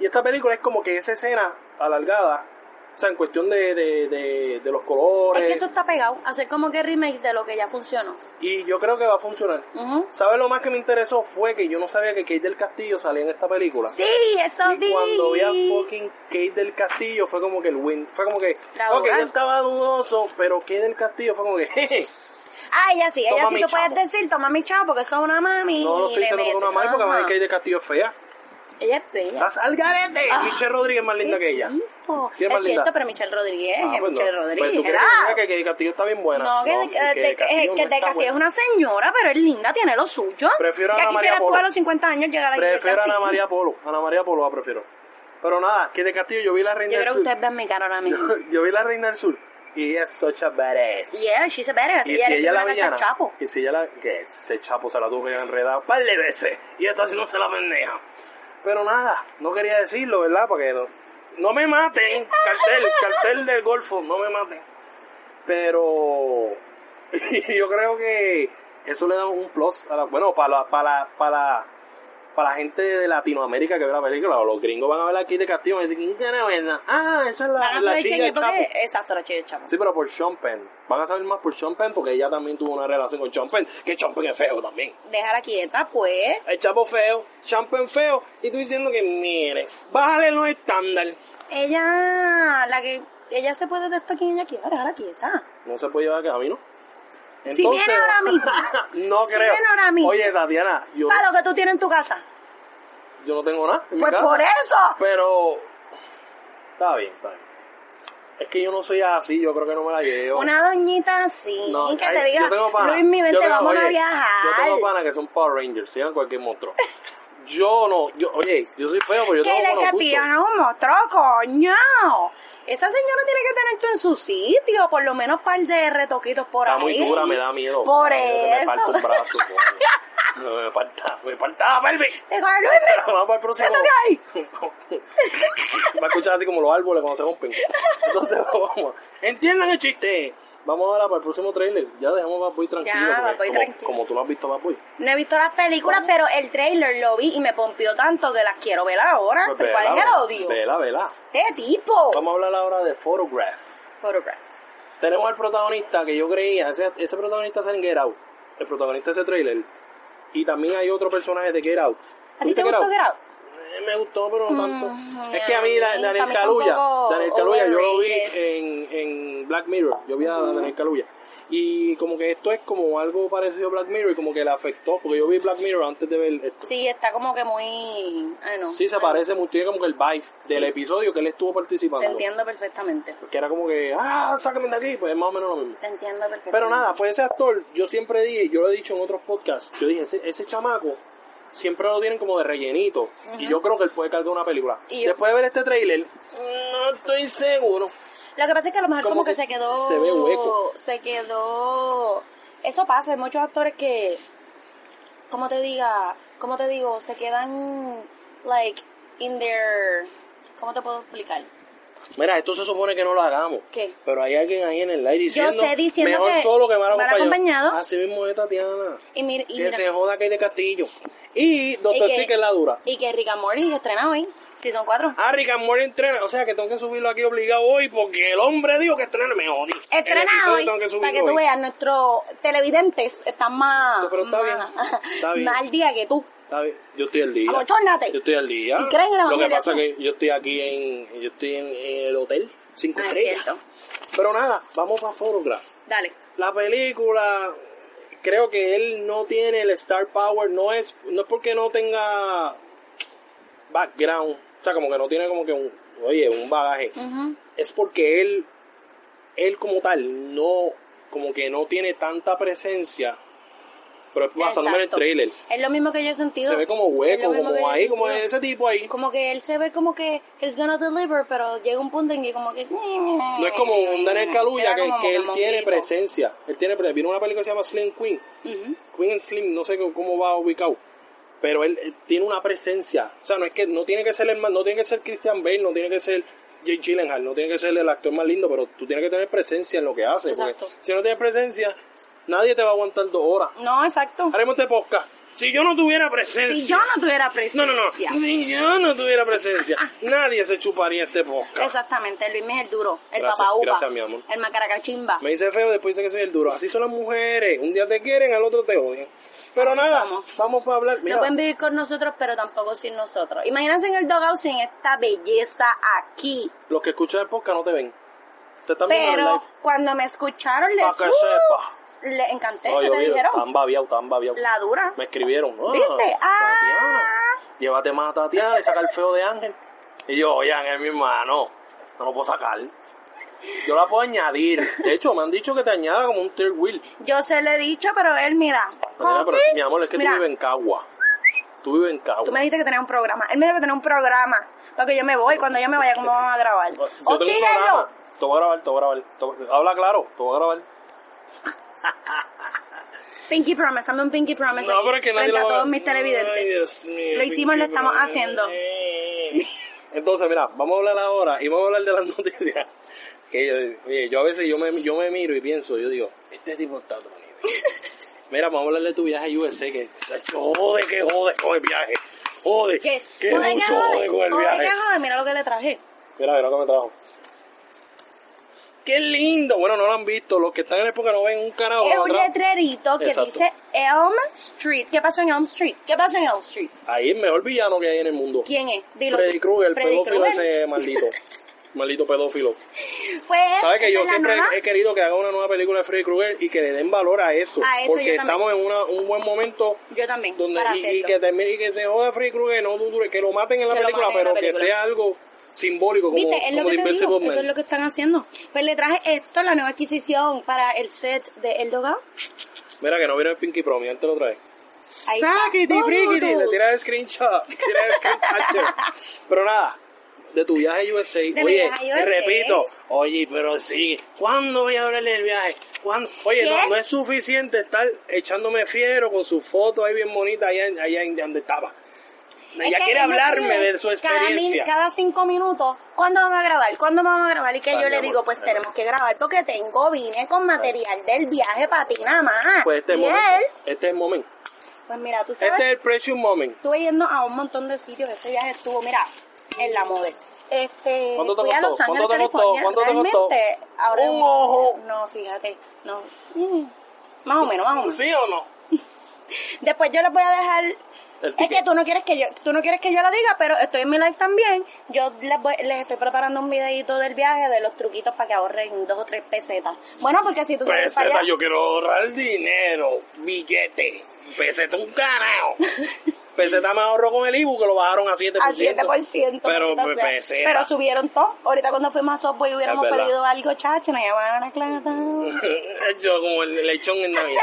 Y esta película es como que esa escena alargada, o sea, en cuestión de, de, de, de los colores. Es que eso está pegado, hacer como que remakes de lo que ya funcionó. Y yo creo que va a funcionar. Ujú. ¿Sabes lo más que me interesó? Fue que yo no sabía que Kate del Castillo salía en esta película. Sí, eso Y vi. cuando vi a fucking Kate del Castillo fue como que el win, fue como que, Bravo, ok, yo bravo. estaba dudoso, pero Kate del Castillo fue como que, jeje, Ah, ella sí, ella Toma sí, mi tú chavo. puedes decir, toma mi chavo, porque eso es una mami. no lo y estoy le diciendo con mete- una madre porque Ajá. además Kate del Castillo es fea. Ella es bella. ¡Estás al garete! Ah. Michelle Rodríguez es más linda que ella. tipo. ¿Quién es Es más linda? cierto, pero Michelle Rodríguez, Ah, pues no. Michelle Pues tú Rodríguez. quieres que era- diga que Kate del Castillo está bien buena. no, que, de- y que, del de- eh, no que está de Castillo es buena. una señora, pero es linda, tiene lo suyo. Prefiero a ya Ana María quisiera tú Polo. a los 50 años llegar a la Prefiero a iglesia Ana así. María Polo. Ana María Polo la prefiero. Pero nada, que de Castillo yo vi la Reina Yo del creo que Sur. ustedes ven mi cara ahora mismo. Yo, yo vi la Reina del Sur. Y ella es such a badass. Yeah, she's a badass. Y si le ella tiene la una villana, carta al Chapo. y si ella la, que ese chapo se la tuvo que enredar un par de veces, y esta si no se la pendeja. Pero nada, no quería decirlo, ¿verdad? Porque no, no me maten, cartel, cartel del Golfo, no me maten. Pero yo creo que eso le da un plus, a la, bueno, para la, para, la- para, la- para la gente de Latinoamérica que ve la película, o los gringos van a ver aquí de Castillo y dicen, ¿qué era esa? Ah, esa es Van la, a la saber chica quién es del Chapo. porque... Exacto, la chica del Chapo. Sí, pero por Sean Penn. Van a saber más por Sean Penn porque ella también tuvo una relación con Sean Penn. Que Sean Penn es feo también. Déjala quieta, pues. El chapo feo, Sean Penn feo. Y tú diciendo que, mire, bájale los estándares. Ella, la que... Ella se puede de esto quien ella quiera, déjala quieta. No se puede llevar a camino. Si viene ahora mismo. no Si creo. viene ahora mismo. Oye, Tatiana, yo, Para lo que tú tienes en tu casa. yo no tengo nada en mi Pues casa. por eso. Pero, está bien, está bien. Es que yo no soy así, yo creo que no me la llevo. Una doñita así, No, que ay, te diga, yo tengo pana, Luis, mi yo vente, tengo- vamos a oye, viajar. Yo tengo panas que son Power Rangers, sean cualquier monstruo. Yo no, yo, oye, yo soy feo, pero yo que tengo le buenos que gustos. tiran un monstruo, coño. Esa señora tiene que tener tú en su sitio, por lo menos un par de retoquitos por Está ahí. muy dura, me da miedo. Por Yo que Me eso. parto un brazo. coño. me parta, me parta, Melvin. Te coge, Luis, Luis, Vamos al próximo. siéntate ahí. Va a escuchar así como los árboles cuando se rompen. Entonces vamos. Entiendan el chiste. Vamos ahora para el próximo trailer. Ya dejamos Bad Boy tranquilo. Ya, porque Bad Boy como, tranquilo. como tú lo has visto, Bad Boy. No he visto las películas, pero el trailer lo vi y me pompió tanto que las quiero ver ahora. Pues pero ¿cuál es el odio? Vela, vela. ¿Qué tipo? Vamos a hablar ahora de Photograph. Photograph. Tenemos al protagonista que yo creía, ese, ese protagonista es en Get Out, el protagonista de ese trailer. Y también hay otro personaje de Get Out. ¿A ti ¿Viste te Get gustó Out? Get Out? Eh, Me gustó, pero no tanto. Mm, es que a mí, a Da- Daniel mí- para mí está un Caluya, poco Daniel Caluya, yo lo vi overrated. Mm. en, en Black Mirror. Yo vi a Daniel Caluya. Y como que esto es como algo parecido a Black Mirror y como que le afectó, porque yo vi Black Mirror antes de ver esto. Sí, está como que muy... Ah, no. Sí, se Ah, parece mucho, tiene como que el vibe del Sí. episodio que él estuvo participando. Te entiendo perfectamente. Que era como que, ah, sácame de aquí, pues es más o menos lo mismo. Te entiendo perfectamente. Pero nada, pues ese actor, yo siempre dije, yo lo he dicho en otros podcasts, yo dije, ese, ese chamaco siempre lo tienen como de rellenito. Y yo creo que él puede cargar una película. Y yo- Después de ver este tráiler, no estoy seguro. Lo que pasa es que a lo mejor Como como, que, que se quedó... se ve hueco. Se quedó... Eso pasa, hay muchos actores que... ¿Cómo te diga? ¿Cómo te digo? Se quedan... Like, in their... ¿Cómo te puedo explicar? Mira, esto se supone que no lo hagamos. ¿Qué? Pero hay alguien ahí en el live Yo diciendo, sé, diciendo mejor que solo que mal mal acompañado. acompañado. Así mismo es Tatiana. Y, mir- y que mira... se joda que hay de Castillo. Y y Doctor Sí que es la dura. Y que Rick and Morty estrena hoy. Si son cuatro. Ah, Rick and Morty entrena. O sea que tengo que subirlo aquí obligado hoy porque el hombre dijo que estrena mejor. Estrena hoy. para que tú veas, nuestros televidentes están más... No, pero está bien, más- está bien. más al día que tú. Está bien, Yo estoy al día. Abochórnate. Yo estoy al día. Y creen en el Lo que evangelio, pasa ¿sí? es que yo estoy aquí en, yo estoy en, en el hotel cinco Ah, es estrellas. cierto. Pero nada, vamos a Photograph. Dale. La película, creo que él no tiene el star power. No es, no es porque no tenga background. O sea, como que no tiene como que un, oye, un bagaje. Ujú. Es porque él, él como tal, no, como que no tiene tanta presencia. Pero es basándome en el Exacto. trailer. Es lo mismo que yo he sentido. Se ve como Es lo hueco, mismo que yo como he ahí, como sentido. ese tipo ahí. Como que él se ve como que he's gonna deliver, pero llega un punto en que como que... No es como un Daniel Caluya Queda que, como que él monguito. tiene presencia. Él tiene presencia. Vino una película que se llama Slim Queen. Ujú. Queen and Slim, no sé cómo- cómo va ubicado. Pero él, él tiene una presencia. O sea, no es que no tiene que ser el más- no tiene que ser Christian Bale, no tiene que ser Jake Gyllenhaal, no tiene que ser el actor más lindo, pero tú tienes que tener presencia en lo que haces. porque Exacto. si no tienes presencia, nadie te va a aguantar dos horas. No, exacto. Haremos este podcast. Si yo no tuviera presencia. Si yo no tuviera presencia. Ah, No, no, no. Si yo no tuviera presencia, nadie se chuparía este podcast. Exactamente, Luis es el duro, el Gracias, papá upa, gracias, mi amor. el macaracachimba. Me dice feo, después dice que soy el duro. Así son las mujeres. Un día te quieren, al otro te odian. Pero Así nada, somos. vamos para hablar. No Mira, pueden vivir con nosotros, pero tampoco sin nosotros. Imagínense en el dogout sin esta belleza aquí. los que escuchan el podcast no te ven. Te están viendo en el Pero live. cuando me escucharon, les, Pa' que sepa. le encanté, No, ¿qué yo te vi, dijeron? Tan babiado, tan babiado. La dura. Me escribieron. Ah, ¿Viste? Ah. Tatiana, llévate más a Tatiana y saca el feo de Ángel. Y yo, oye, Ángel, mi hermano, no lo puedo sacar. Yo la puedo añadir. De hecho, me han dicho que te añada como un third wheel. Yo se le he dicho, pero él, mira. Tatiana, pero, ¿qué? mi amor, es que Mira, tú vives en Cagua. Tú vives en Cagua. tú me dijiste que tenía un programa. Él me dijo que tenía un programa. Porque yo me voy, cuando yo me vaya, ¿cómo vamos a grabar? Yo ¡Oh, tengo un programa. Te voy a grabar, te voy a grabar. te voy- Habla claro, te voy a grabar. Pinky Promise, hazme un Pinky Promise. aquí, frente a todos mis televidentes. Ay, Dios mío, Lo hicimos, lo estamos Pinky haciendo. Promise. Entonces, mira, vamos a hablar ahora y vamos a hablar de las noticias. Que yo, oye, yo a veces yo me, yo me miro y pienso, yo digo, este tipo está a otro nivel. Mira, vamos a hablar de tu viaje a USA, que jode, que jode con el viaje. Jode, ¿Qué? que Joder, mucho joder, jode con el joder, viaje. qué joder, mira lo que le traje. Mira, mira lo que me trajo. ¡Qué lindo! Bueno, no lo han visto. Los que están en la época no ven un carajo. Es lo un atrás. letrerito que Exacto. dice Elm Street. ¿Qué pasó en Elm Street? ¿Qué pasó en Elm Street? Ahí el mejor villano que hay en el mundo. ¿Quién es? Dilo. Freddy Krueger, el Freddy pedófilo Krueger. ese maldito. maldito pedófilo. Pues, ¿Sabes que esta yo es la siempre nueva. he querido que haga una nueva película de Freddy Krueger y que le den valor a eso? A eso porque yo también. estamos en una- un buen momento Yo también, donde para y- y, hacerlo. que termine- y que se joda Freddy Krueger, no dure, que lo maten en la Que lo película, maten en pero la que película. sea algo simbólico como, Viste, es como lo que The te digo, Invisible Man. eso es lo que están haciendo. Pues le traje esto, la nueva adquisición para el set de El Dogao. Mira que no vieron el Pinky Promise, él te lo trae. Ahí está Sáquete, todo. fríquete. Le tira el screenshot. Tira el screenshot. Pero nada, de tu viaje a USA. mi oye, viaje a te USA. repito, oye, pero sí, ¿cuándo voy a hablar del viaje? ¿Cuándo? Oye, no, ¿Qué? no es suficiente estar echándome fiero con su foto ahí bien bonita allá, en- allá en donde estaba. Ella Es que quiere ellos hablarme tienen de su cada min- experiencia. Cada, cinco minutos, ¿cuándo vamos a grabar? ¿Cuándo vamos a grabar? Y que Dale, yo le amor, digo, pues dale. tenemos que grabar porque tengo, vine con material del viaje para ti nada más. Pues este es y el momento. él, Este es el momento. pues mira, tú sabes, Este es el precious moment. estuve yendo a un montón de sitios, ese viaje estuvo, mira, en la moda. Este, ¿Cuánto te fui a costó? Los Ángeles, ¿Cuánto te costó? California. ¿Cuánto te costó? Realmente, ahora Un ojo. No, fíjate, no. Mm, Más o menos, más o menos. ¿Sí o no? Después yo les voy a dejar. El Es ticket. que tú no quieres que yo, tú no quieres que yo lo diga, pero estoy en mi live también. Yo les, voy- les estoy preparando un videito del viaje, de los truquitos para que ahorren dos o tres pesetas. Bueno, porque si tú quieres ir para Peseta, allá, yo quiero ahorrar dinero, billete, peseta un carajo. peseta me ahorro con el IBU que lo bajaron a 7%. al 7%. Pero maldita pues, sea. peseta. pero subieron todo. Ahorita cuando fuimos a Subway hubiéramos Es verdad. pedido algo, chacho, nos llamaban a Clara. Pues Hecho como el lechón en Navidad.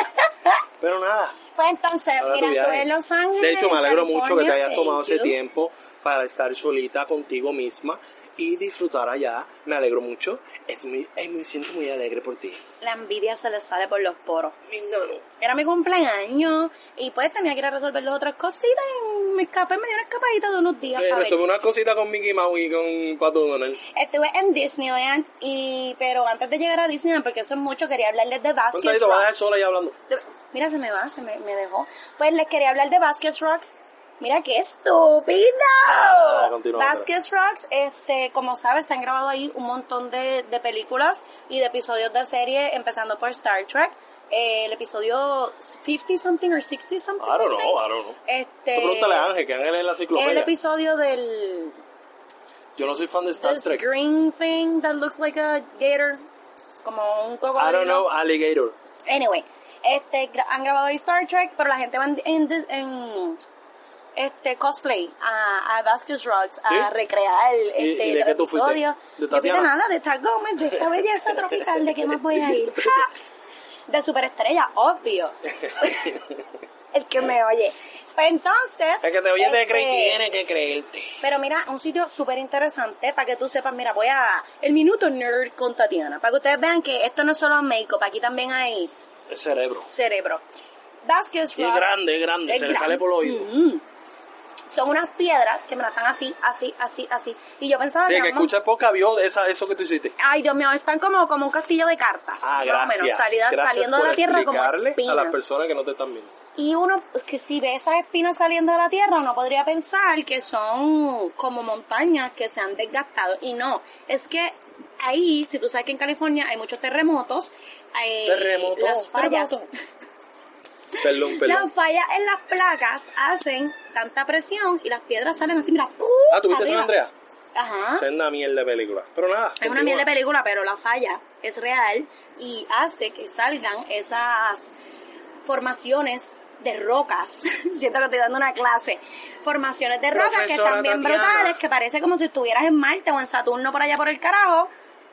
Pero nada. Pues entonces, ahora tu mira, estuve viaje. en Los Ángeles. De hecho, me alegro mucho que te California, hayas tomado ese thank you. tiempo para estar solita contigo misma y disfrutar allá. Me alegro mucho. Es muy, es- me siento muy alegre por ti. La envidia se le sale por los poros. Lindo, ¿no? Era mi cumpleaños y pues tenía que ir a resolver las otras cositas y me escapé, me dio una escapadita de unos días. Eh, a ver. resolví una cosita con Mickey Mouse y con Pato Donald. Estuve en Disneyland y pero antes de llegar a Disneyland, porque eso es mucho, quería hablarles de Un Basket ratito, vas a dejar Rocks. sola ahí hablando. De- Mira, se me va, se me, me dejó. Pues les quería hablar de Basket Rocks. Mira qué Ah, estúpido. continúa, Basket Rocks, este, como sabes, se han grabado ahí un montón de, de películas y de episodios de serie, empezando por Star Trek. Eh, el episodio 50 something or 60 something. I don't I know, think. I don't know. Este, Tú pregúntale a Ángel, que Ángel es la el enciclopedia. episodio del Yo no soy fan de Star this Trek. green thing that looks like a gator, como un I don't know, cocodrilo. Alligator. Anyway, este gra- han grabado ahí Star Trek, pero la gente va en, en dis- en, este cosplay a, a Vasquez Rocks a ¿Sí? recrear ¿Y- y este de qué tú fuiste? episodio. ¿De Yo fui Tatiana? de nada, de esta Gómez, de esta belleza tropical, ¿de qué más voy a ir? ¡Ja! De superestrella, obvio. El que me oye. Pues entonces. Es que te oyes de este, creer, tiene que creerte. pero mira, un sitio súper interesante para que tú sepas, mira, voy a... El Minuto Nerd con Tatiana, para que ustedes vean que esto no es solo make-up, aquí también hay El cerebro. cerebro. Basket Y es grande, es grande, Es se le grande. sale por los oídos. Mm. Son unas piedras que me la están así, así, así, así. Y yo pensaba Sí, que... que eran mon- escucha poca vio esa, eso que tú hiciste. Ay, Dios mío, están como, como un castillo de cartas. Ah, más o gracias. menos, salida- gracias saliendo por de la tierra como explicarle a las espinas. personas que no te están viendo. Y uno, que si ve esas espinas saliendo de la tierra, uno podría pensar que son como montañas que se han desgastado. Y no, es que ahí, si tú sabes que en California hay muchos terremotos, eh, Terremotos, las fallas, terremotos. Perdón, las perdón. fallas en las placas hacen tanta presión y las piedras salen así, mira, ¡pum! Ah, ¿tuviste San arriba. Andrea? Ajá. Es una mierda de película. Pero nada. Es una continúa. mierda de película, pero la falla es real y hace que salgan esas formaciones de rocas. Siento que estoy dando una clase. Formaciones de rocas que Profesora están bien Tatiana. brutales, que parece como si estuvieras en Marte o en Saturno por allá por el carajo.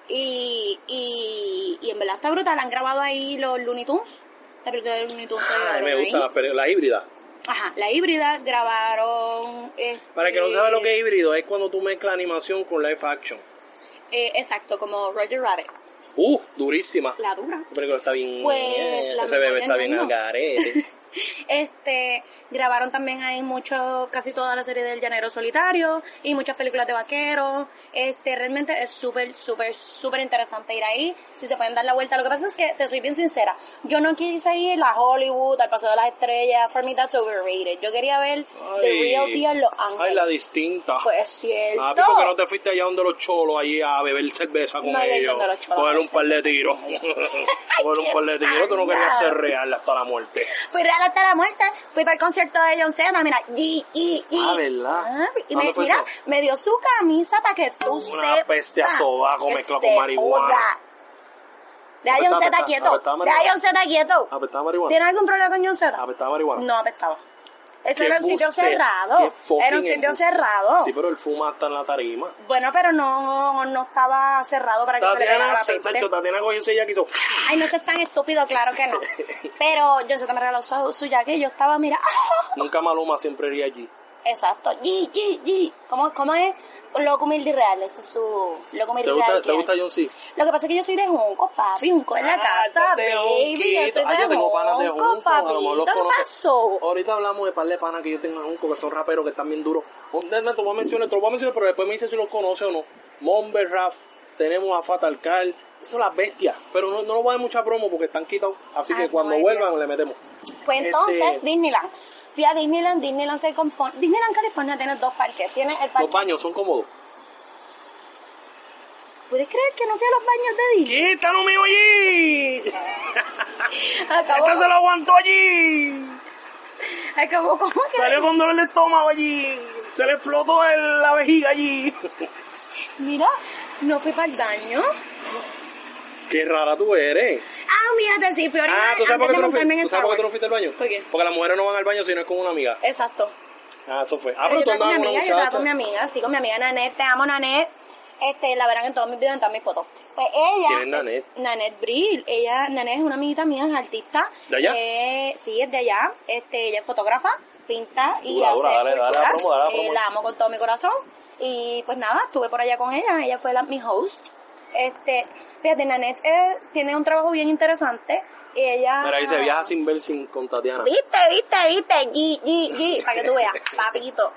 Y, y, y en verdad está brutal. Han grabado ahí los Looney Tunes. La película de Looney Tunes. la Ay, grabaron me ahí. gustan las películas, las híbridas. Ajá, la híbrida grabaron. Para el que no este, sabe lo que es híbrido, es cuando tú mezclas animación con live action. eh, exacto, como Roger Rabbit. Uh, durísima. La dura. La película está bien. Pues, eh, la ese bebé memoria está no, bien no. al garete. Este, grabaron también ahí mucho, casi toda la serie del Llanero Solitario y muchas películas de vaqueros. Este, realmente es súper, súper, súper interesante ir ahí. Si se pueden dar la vuelta. Lo que pasa es que, te soy bien sincera, yo no quise ir a Hollywood, al Paseo de las Estrellas. For me, that's overrated. Yo quería ver The Ay. Real Deal en Los Ay, la Ángeles. distinta. Pues es cierto. Ah, ¿por qué no te fuiste allá donde los cholos allí a beber cerveza con No, yo ellos? donde los cholos Coger a un par de tiros. Coger un par de tiros, tú no querías ser real hasta la muerte. Fui real hasta la muerte, fui para el concierto de John Cena, mira, y, y, y. Ah, ¿verdad? Ah, y ¿Dónde me, fue mira, eso? me dio su camisa para que tú Una sepas. peste a sobaco que mezclado se con marihuana. joda. Deja a Apestaba, John Cena apestaba, quieto, apestaba deja a marihuana. John Cena quieto. ¿Apestaba Ah, pues, marihuana? ¿Tienes algún problema con John Cena? ¿Apestaba marihuana? No, apestaba. Eso Qué era un sitio embuste, cerrado. qué fucking Era un sitio embuste. cerrado. Sí, pues. pero él fuma hasta en la tarima. Bueno, pero no, no estaba cerrado para que se le pegara Tatiana, la se- peste. Tacho, Tatiana cogió ese ya que hizo. Ay, no seas tan estúpido, claro que no. Pero John Cena me regaló su, su jacket y yo estaba, mira, Nunca Maluma siempre iría allí. Exacto. G, G, G. ¿Cómo, cómo es? Loco humilde y real. Ese es su. Loco humilde ¿Te y real. gusta, ¿te ¿quién? gusta John C? Lo que pasa es que yo soy de Junco, papi. Junco en la Ah, casa, estás de baby. Yo Junquito. soy de Ah, yo tengo panas de Junco, Junco, a lo papi. mejor los ¿Qué conoces. pasó? Ahorita hablamos de par de panas que yo tengo en Junco, que son raperos que están bien duros. Un- Nena, te voy a mencionar, te lo voy a mencionar, pero después me dice si los conoce o no. Momber Rap, tenemos a Fatal Carl, esas son las bestias, pero no, no lo voy a dar mucha promo porque están quitados, así Ah, que no cuando hay vuelvan idea. le metemos. Pues entonces, Este- Disneyland. Fui a Disneyland, Disneyland se compone. Disneyland California tiene dos parques. Tiene el Los parque. baños son cómodos. ¿Puedes creer que no fui a los baños de Disney? ¡Quita lo mío allí! Este Acabó, lo aguantó allí! acabó como que. con dolor de estómago allí! ¡Se le explotó la vejiga allí! Mira, no fui para el baño. ¡Qué rara tú eres! Ah, mírate, sí, fui a orinar Ah, ¿tú sabes, por qué tú no antes de fuiste, montarme en el ¿tú sabes por qué tú no fuiste al baño? ¿Por qué? Porque las mujeres no van al baño si no es con una amiga. Exacto. Ah, eso fue. Ah, yo pero tú estaba con andabas mi con una amiga, yo estaba muchacha. con mi amiga, sí, con mi amiga Nanette, te amo Nanette. Este, la verán en todos mis videos, en todas mis fotos. Pues ella. ¿Quién es Nanette? Nanette Brill. Ella, Nanette es una amiguita mía, es artista. ¿De allá? Eh, sí, es de allá. Este, ella es fotógrafa, pinta y Dura, hace dura, dale, dale la esculturas. promo, dale la Eh, promo. la amo con todo mi corazón. Y pues nada, estuve por allá con ella, ella fue la, mi host. Este, fíjate, Nanette eh, tiene un trabajo bien interesante. Ella... Mira, ahí se viaja sin ver sin con Tatiana. Viste, viste, viste, G, G, G, para que tú veas, papito.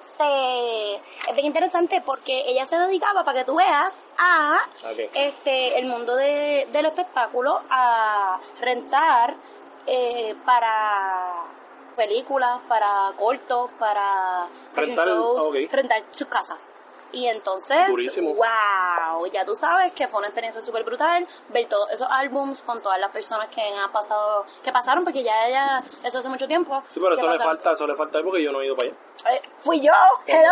Este, es bien interesante porque ella se dedicaba, para que tú veas, a ¿A qué? este el mundo de, del espectáculo, a rentar eh, para películas, para cortos, para fashion Rentar el- ah, ok. rentar sus casas. Y entonces, Durísimo. wow, ya tú sabes que fue una experiencia súper brutal ver todos esos álbums con todas las personas que han pasado, que pasaron, porque ya ella, eso hace mucho tiempo. Sí, pero que eso le pasaron. falta, eso le falta porque yo no he ido para allá. Eh, fui yo, hello,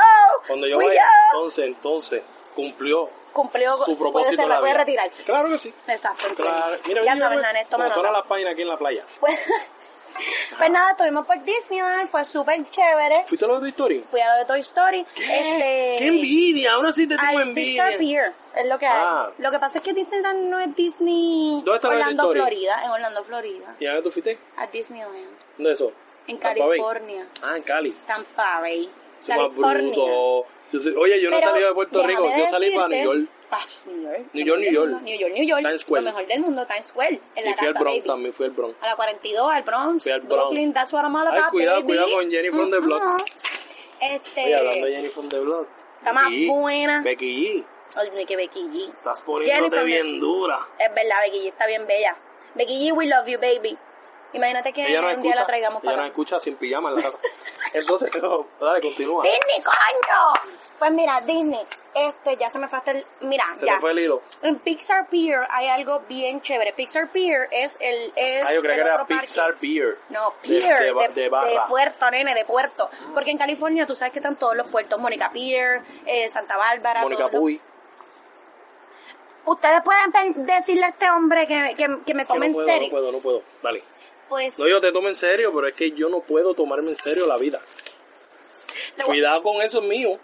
Cuando yo fui vaya, yo. entonces, entonces, cumplió Cumplió su se puede, propósito ser, en la puede vida. retirarse. Claro que sí. Exacto, entonces, Claro. Mira, ya mira, saben, mira, Nanette, como toma nota. suena las páginas aquí en la playa. Pues, pues nada, estuvimos por Disneyland, fue súper chévere. ¿Fuiste a lo de tu historia? Fui a lo de Toy Story. Este, ¡Qué envidia! Ahora sí te tengo Al este envidia. Pixar Pier es lo que hay. Ah. Lo que pasa es que Disneyland no es Disney ¿Dónde está la Orlando, Victoria? Florida, en Orlando, Florida, ¿Y a dónde tú fuiste? a Disneyland, ¿Dónde eso? en Tampa Bay. California, Ah, en Cali. Tampa Bay, Eso más California. bruto. Yo soy- oye, yo no he Pero salido de Puerto déjame Rico, yo salí para New decirte- York. Ah, New York, New lo York, New mejor del York. mundo. New York, New York, Times Square. lo mejor del mundo, Times Square, en la Y fui al casa, Bronx baby. también, fui al Bronx. A la 42, al Bronx, Fui al Brooklyn, Bronx. that's what I'm all Ay, about, cuidado, baby. cuidado con Jenny from the block. Ujú. Este, Oye, hablando de Jennifer de Block. Está más Becky G. buena. Becky G, Ay, de que Becky G. estás poniéndote Jennifer- bien dura. Es verdad, Becky G está bien bella. Becky G, we love you, baby. Imagínate que Ella no un día escucha, Eh, la traigamos ella para no acá. escucha sin pijama en la casa. Entonces, dale, continúa. ¡Disney, coño! Pues mira, Disney, este, ya se me fue hasta el... Mira, Se ya. te fue el hilo. En Pixar Pier hay algo bien chévere. Pixar Pier es el... Es Ah, yo creía el que era otro parque. Pixar Beer. No, De- pier, de, de, ba- de barra. Mm. de puerto, nene, de puerto. Porque en California tú sabes que están todos los puertos, Mónica Pier, eh, Santa Bárbara. Mónica todos los- Puy. Ustedes pueden pen- decirle a este hombre que, que, que me Yo tome no en puedo, serio. no puedo, no puedo. Dale. Pues No, yo te tomo en serio, pero es que yo no puedo tomarme en serio la vida. te voy- Cuidado con eso mío.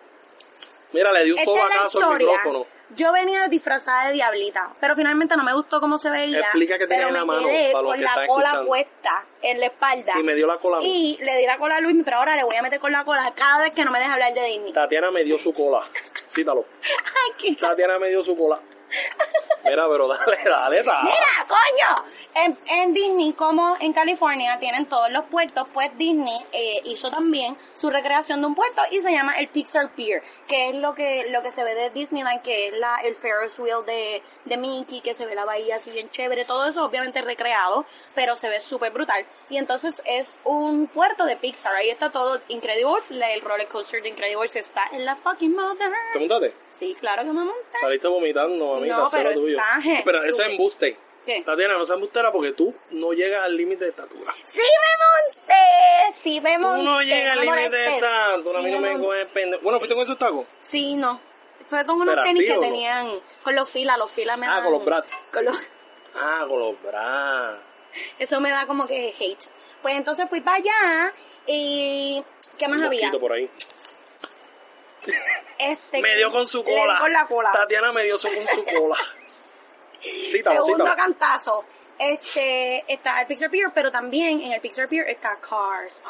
Mira, le di un Esta es la sobacazo al historia. micrófono. Yo venía disfrazada de diablita, pero finalmente no me gustó cómo se veía. Explica qué tenía pero en la me mano, quedé para los con que la están cola escuchando. puesta en la espalda. Y me dio la cola a mí. Y le di la cola a Luis, pero ahora le voy a meter con la cola cada vez que no me deja hablar de Disney. Tatiana me dio su cola. Cítalo. Ay, qué... Tatiana me dio su cola. Mira, pero dale, dale, dale. Mira, coño. En, en Disney, como en California, tienen todos los puertos, pues Disney eh, hizo también su recreación de un puerto y se llama el Pixar Pier, que es lo que lo que se ve de Disneyland, que es la, el Ferris wheel de, de Mickey, que se ve la bahía así bien chévere, todo eso obviamente recreado, pero se ve súper brutal. Y entonces es un puerto de Pixar, ahí está todo Incredibles, la- el roller coaster de Incredibles está en la fucking mother. ¿Te montaste? Sí, claro que me monté. Saliste vomitando, mamita, No, sé lo pero tuyo. está- Pero eso es embuste. ¿Qué? Tatiana, no seas embustera porque tú no llegas al límite de estatura. Sí me monté, sí me Tú monté. no llegas al me límite de molestes. estatura. A este, Sí mí no me monté. coges pendejo. Bueno, ¿fuiste con esos tacos? Sí, no. Fue con unos Pero tenis así, que ¿o no? tenían, con los filas, los filas me Ah, dan- con los brat. con los- Ah, con los bras. eso me da como que hate. Pues entonces fui para allá y... ¿Qué más Un había? poquito por ahí. Este, me dio con su le di cola. con la cola. Tatiana me dio su- con su cola. Cítalo, Segundo cítalo. cantazo. Este, está el Pixar Pier, pero también en el Pixar Pier está Cars.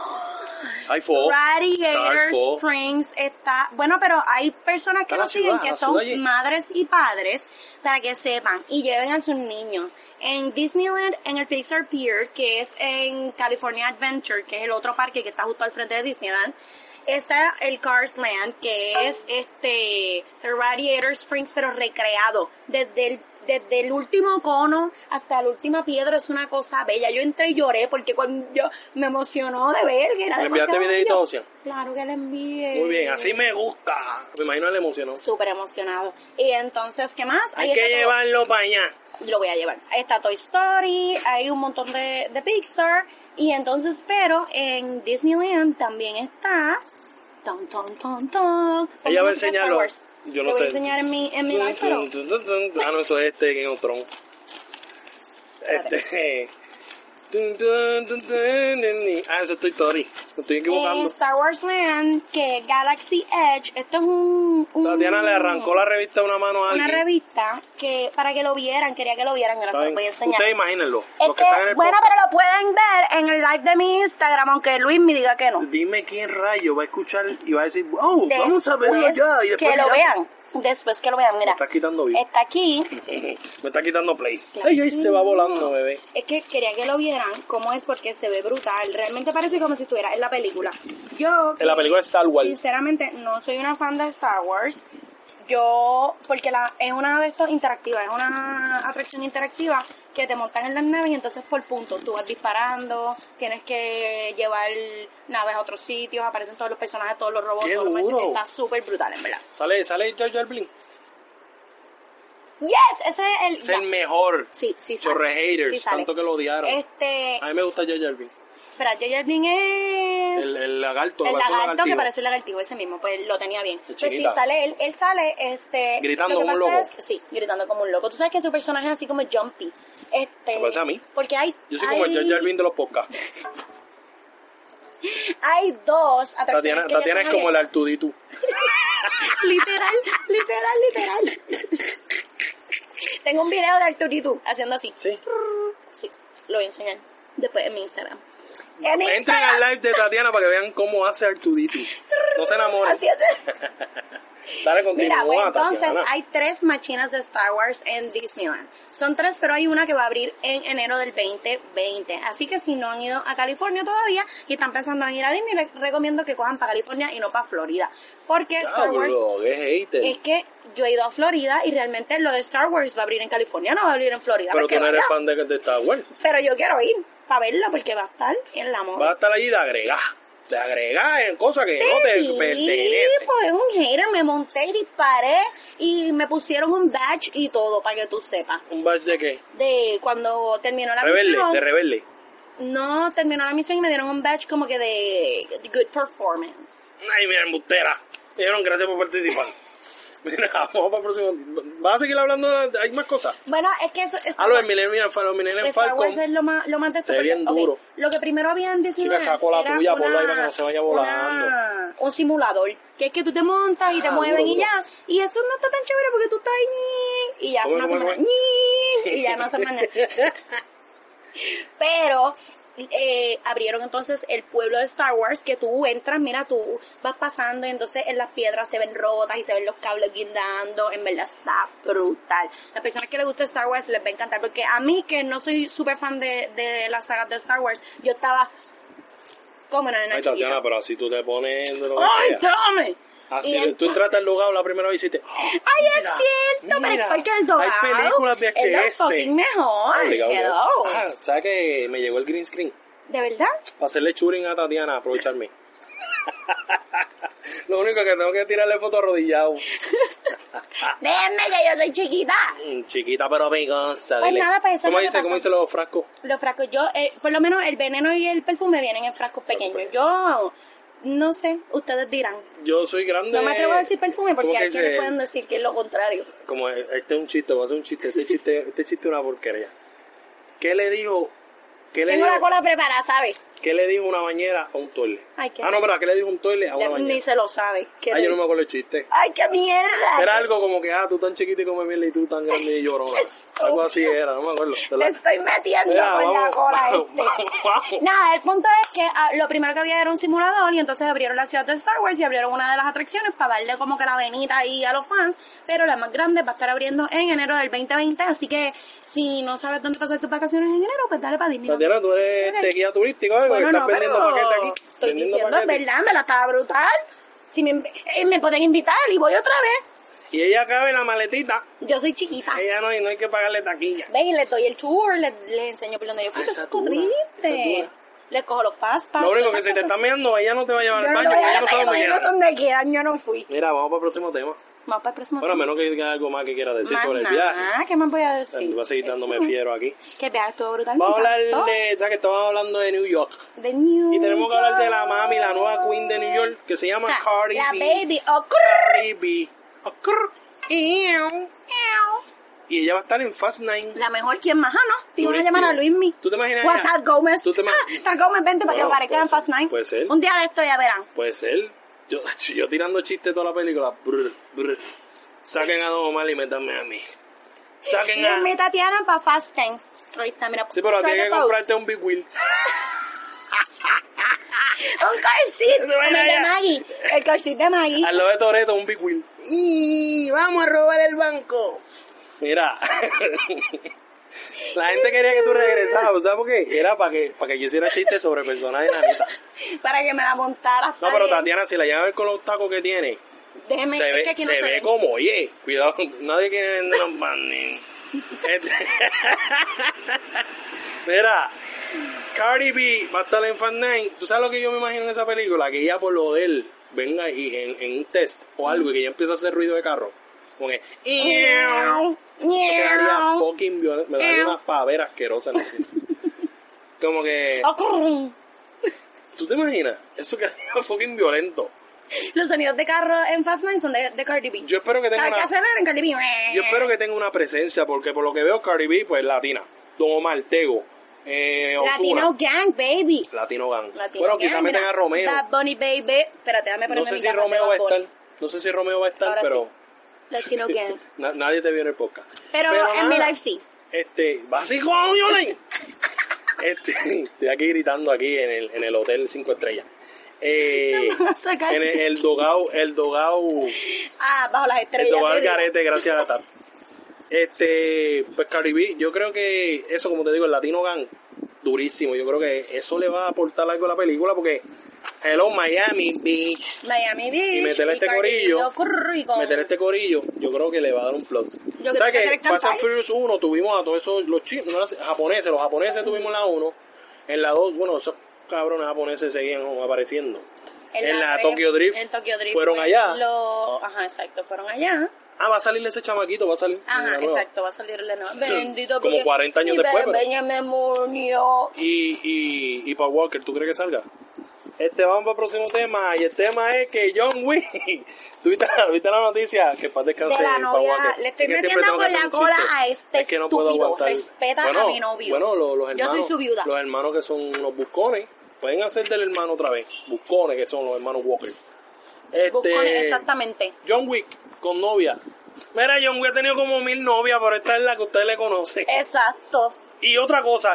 Hay fuego. Cars, Radiator fuego. Springs está. Bueno, pero hay personas que Está la nos siguen ciudad, que la son ciudad allí. madres y padres para que sepan y lleven a sus niños. En Disneyland, en el Pixar Pier, que es en California Adventure, que es el otro parque que está justo al frente de Disneyland, está el Cars Land, que es este el Radiator Springs, pero recreado. Desde el, desde el último cono hasta la última piedra es una cosa bella. Yo entré y lloré porque cuando yo me emocionó de ver que era ¿Le enviaste demasiado videíto, bello. Ocean? Claro que le envié. Muy bien, así me gusta. Me imagino le emocionó. Súper emocionado. Y entonces, ¿qué más? Hay Ahí que está todo. llevarlo para allá. Lo voy a llevar. Ahí está Toy Story, hay un montón de, de Pixar. Y entonces, pero en Disneyland también está... Ton, ton, ton, ton. con Ella va a música de enseñarlo. Star Wars. Yo no Lo voy sé. a enseñar en mi, en mi Tun, iPhone. tun, tun, tun, tun. Ah, no, eso es este Game of Thrones. Este. Tun, tun, tun, tun, tun. Ah, eso es Toy Story. Me estoy En equivocando. eh, Star Wars Land, que es Galaxy Edge, esto es un... un- Tatiana le arrancó la revista a una mano a una alguien. revista que para que lo vieran, quería que lo vieran, que no se ¿Saben? lo voy a enseñar. Ustedes imagínenlo. Es los que que, están en el bueno, podcast. pero lo pueden ver en el live de mi Instagram, aunque Luis me diga que no. Dime quién rayo va a escuchar y va a decir, wow, Después vamos a verlo ya. Y después que lo Eh, miramos. vean. Después que lo vean, Me mira. está quitando vivo. Está aquí. Me está quitando place. Claro. Ay, ay, se va volando, bebé. Es que quería que lo vieran cómo es porque se ve brutal. Realmente parece como si estuviera en la película. Yo. En la película de Star Wars. Sinceramente, no soy una fan de Star Wars. Yo, porque la, es una de estos interactivas, es una atracción interactiva que te montan en las naves y entonces por puntos tú vas disparando, tienes que llevar naves a otros sitios, aparecen todos los personajes, todos los robots, ¡Qué todos los duro! está súper brutal, en verdad. Sale, sale Jar Jar Blink. Yes, ese es el. Es ya. el mejor. Sí, sí sale. Chorre haters, Sí sale. tanto que lo odiaron. Este, A mí me gusta Jar Jar Blink. espera, Jar Jar Binks es El, el lagarto. parece el un lagarto que lagartijo. parece un lagartijo, ese mismo, pues lo tenía bien. Pues sí, chinita. sale él, él sale, este... Gritando lo que como un pasa loco. es que- sí, gritando como un loco. Tú sabes que su personaje es así como jumpy. Este... Me parece a mí. Porque hay... Yo soy como el hay- Jar Jar Blink de los podcasts. Hay dos atracciones Tatiana, que ya Tatiana es están como el abiertas. Artuditu. literal, literal, literal. Tengo un video de Arturitu haciendo así. Sí. Sí, lo voy a enseñar después en mi Instagram. En Entren Instagram. al live de Tatiana para que vean cómo hace Artuditu. No se enamoren. Así es. Dale continúa, Mira, pues entonces Tatiana. hay tres machinas de Star Wars en Disneyland. Son tres, pero hay una que va a abrir en enero del 2020. Así que si no han ido a California todavía y están pensando en ir a Disney, les recomiendo que cojan para California y no para Florida. Porque Star Wars Diablo, qué hater. es que yo he ido a Florida y realmente lo de Star Wars va a abrir en California, no va a abrir en Florida. Pero pues tú que no eres vaya. fan de, de Star Wars. Pero yo quiero ir para verlo porque va a estar en la moda. Vas a estar allí de agregar. De agregar en cosas que no Este te pertenecen. tipo pues, es un hater, me monté y disparé y me pusieron un badge y todo para que tú sepas. ¿Un badge de qué? De cuando terminó la Rebelde, misión, de rebelde. no terminó la misión y me dieron un badge como que de de good performance. Ay, mira, embustera. Me Dijeron gracias por participar. mira, vamos para el próximo. ¿Vas a seguir hablando? de- Hay más cosas. Bueno, es que eso es A los Millennium Falcon. Los Millennium Star Falcon. Wars es lo más, lo más de esto, Se ve porque, bien ok, duro. Lo que primero había en Disneyland Chica, sacó la era tuya, una- ponla ahí para que no se vaya volando. una- un simulador, que es que tú te montas y te Ah, mueven duro, y duro. ya. Y eso no está tan chévere porque tú estás ahí ñi, y ya ¿Cómo, no cómo, se cómo? y ya no se nada. Pero eh, abrieron entonces el pueblo de Star Wars que tú entras, mira, tú vas pasando y entonces en las piedras se ven rotas y se ven los cables guindando. En verdad está brutal. Las personas que les gusta Star Wars les va a encantar porque a mí que no soy súper fan de, de las sagas de Star Wars, yo estaba como una nena Ay, chiquita. Tatiana, pero así tú te pones de lo que ¡Ay, sea. dame! Así, Y el- tú entraste al lugar la primera vez y hiciste... ¡Ay, Mira, es cierto! pero mira, es porque el dorado Hay películas es lo VHS. fucking mejor. Obligado, Hello. obligado. Ah, ¿Sabes que me llegó el green screen? ¿De verdad? Para hacerle churing a Tatiana, aprovecharme. Lo único que tengo que tirarle foto arrodillado. Ah. Déjenme que yo soy chiquita. Mm, Chiquita pero venganza. Pues dile. nada, pues eso es ¿Cómo lo que dice, ¿Cómo pasa. dice los frascos? Los frascos, yo, eh, por lo menos el veneno y el perfume vienen en frascos pequeños. Yo, no sé, ustedes dirán. Yo soy grande. No me atrevo a decir perfume porque ¿Cómo que hay quienes dice? pueden decir que es lo contrario. Como eh, este es un chiste, voy a hacer un chiste. Este chiste, este chiste es una porquería. ¿Qué le dijo? ¿Qué le Tengo dijo? la cola preparada, ¿sabes? ¿Qué le dijo una bañera a un toile? Ay, qué- Ah, no, pero ¿qué le dijo un toile a una Ya ni bañera? se lo sabe. ¿Qué Ah, Ay, le- yo no me acuerdo el chiste. Ay, qué mierda. Era algo como que, ah, tú tan chiquita y comes mierda y tú tan grande y llorona. estúpido. Algo así era, no me acuerdo. Te la- Le estoy metiendo Mira, con la vamos, cola vamos, este. vamos. Nada, el punto es que ah, lo primero que había era un simulador y entonces abrieron la ciudad de Star Wars y abrieron una de las atracciones para darle como que la venita ahí a los fans, pero la más grande va a estar abriendo en enero del 2020, así que si no sabes dónde pasar tus vacaciones en enero, pues dale para Disney. Tatiana, tú eres este guía turístico, algo, Bueno, estás no, vendiendo pero paquetes aquí. estoy vendiendo diciendo, es paquetes. verdad, me la estaba brutal. Si me, eh, me pueden invitar y voy otra vez. Y ella cabe en la maletita, Yo soy chiquita. ella no, y no hay que pagarle taquilla. Ven, les doy el tour, les, les enseño por donde yo fui. Ah, ¿Qué esa tú dura, corriste? esa dura. Les cojo los fastpass. Lo único que todas esas si te cosas. están meando, ella no te va a llevar Yo al no baño, lo voy a ella no dar sabe para dónde allá, no sé queda. dónde quedan, yo no fui. Mira, vamos para el próximo tema. Vamos para el próximo Bueno, a tema. menos que haya algo más que quiera decir Más sobre el nada, viaje. Pues, ¿Qué más voy a decir? Va a seguir dándome Eso. fiero aquí. Que el viaje estuvo brutal. Vamos a me hablar encantó. de, o sea, que estamos hablando de New York. de New Y tenemos que hablar de la mami, la nueva York. queen de New York, que se llama Ah, Cardi La B. baby. Oh, crrr. Cardi B. Ah, crrr. Ew. Y ella va a estar en Fast Nine. La mejor, ¿quién más? Ah, no. Te iban a Durísimo. llamar a Luismi. ¿Tú te imaginas O a ella? Tad Gómez. ¿Tú te ima- Ah, Tad Gómez, vente para Bueno, que aparezca puede en Fast ser, Nine. puede ser. Un día de esto ya verán. Pues él, yo, yo tirando chistes toda la película. Brr, brr. Saquen a Don Omar y métanme a mí. Saquen a... Mi Tatiana para Fast Time. Ahí está, mira. Sí, pero tienes strike que a pose. comprarte un Big Wheel. Un car seat. No te vayas Como el de allá. Maggie. El car seat de Maggie. Al lado de Toreto, un Big Wheel. Y vamos a robar el banco. Mira. La gente quería que tú regresaras, ¿sabes por qué? Era para que, para que yo hiciera chistes sobre personajes nanistas. Para que me la montara. No, pero Tatiana, si la lleva a ver con los tacos que tiene, Déjeme, se es ve, que aquí se no se ve ve. como, oye, cuidado, nadie quiere vender los banding. Este. Mira, Cardi B va a estar en Fan Nine. ¿Tú sabes lo que yo me imagino en esa película? Que ella por lo de él venga y en, en un test o algo y que ella empieza a hacer ruido de carro. Como que... Miau, Eso me daría miau. fucking violen- me daría Ew. una pavera asquerosa. en la cena. Como que, Oh, crrr. ¿tú te imaginas? Eso quedaría fucking violento. Los sonidos de carro en Fast Nine son de, de Cardi B. Yo espero que tenga Cada que una, aceleran, Cardi B. yo espero que tenga una presencia, porque por lo que veo Cardi B, pues latina. Don Omar, Tego, eh, Ozuna, Latino Gang, baby. Latino Gang. Latino bueno, Gang, quizás mira. metan a Romeo. Bad Bunny, baby. Espérate, déjame ponerme No sé mi si gafas de Romeo Bad va a Bunny. estar, no sé si Romeo va a estar, Ahora pero Latino Gang. na- nadie te vio en el podcast. Pero, en mi nada. live sí. Este, básico online. Este, estoy aquí gritando aquí en el, en el hotel 5 estrellas. Eh, No me vas a sacar. en el, el dogao, el dogao, Ah, bajo las el estrellas. dogao al baby. garete, gracias a la TAP. Este, pues Caribí, yo creo que eso, como te digo, el Latino Gang, durísimo. Yo creo que eso le va a aportar algo a la película porque Hello Miami Beach, Miami Beach. Y meterle este Cardi B, corillo. oh, crrr, y con- meter este corillo, yo creo que le va a dar un plus. Yo creo ¿Sabes que que tiene que Fast and cantar. Furious 1 tuvimos a todos esos, los chinos, no, los japoneses, los japoneses tuvimos en la 1, en la 2, bueno, esos cabrones japoneses seguían apareciendo. En, la, tres- Tokyo Drift, en Tokyo Drift fueron fue allá. lo- Ajá, exacto, fueron allá. Ah, va a salir ese chamaquito, va a salir. en Ajá, la nueva. exacto, va a salir el nuevo. Bendito Como Dios. 40 años Mi después, pero- bebé me murió. Y, y, y para Walker, ¿tú crees que salga? Este, vamos para el próximo tema. Y el tema es que John Wick. ¿Tú viste, la- viste la noticia? Que para descansar. De la novia, le estoy metiendo con la cola a este es que no puedo estúpido. aguantar. Respeta a Bueno, mi novio. Bueno, lo- los Yo hermanos. soy su viuda. Los hermanos que son los buscones. Pueden hacer del hermano otra vez. Buscones que son los hermanos Walker. Este, Buscón, exactamente. John Wick con novia. Mira, John Wick ha tenido como mil novias, pero esta es la que usted le conoce. Exacto. Y otra cosa,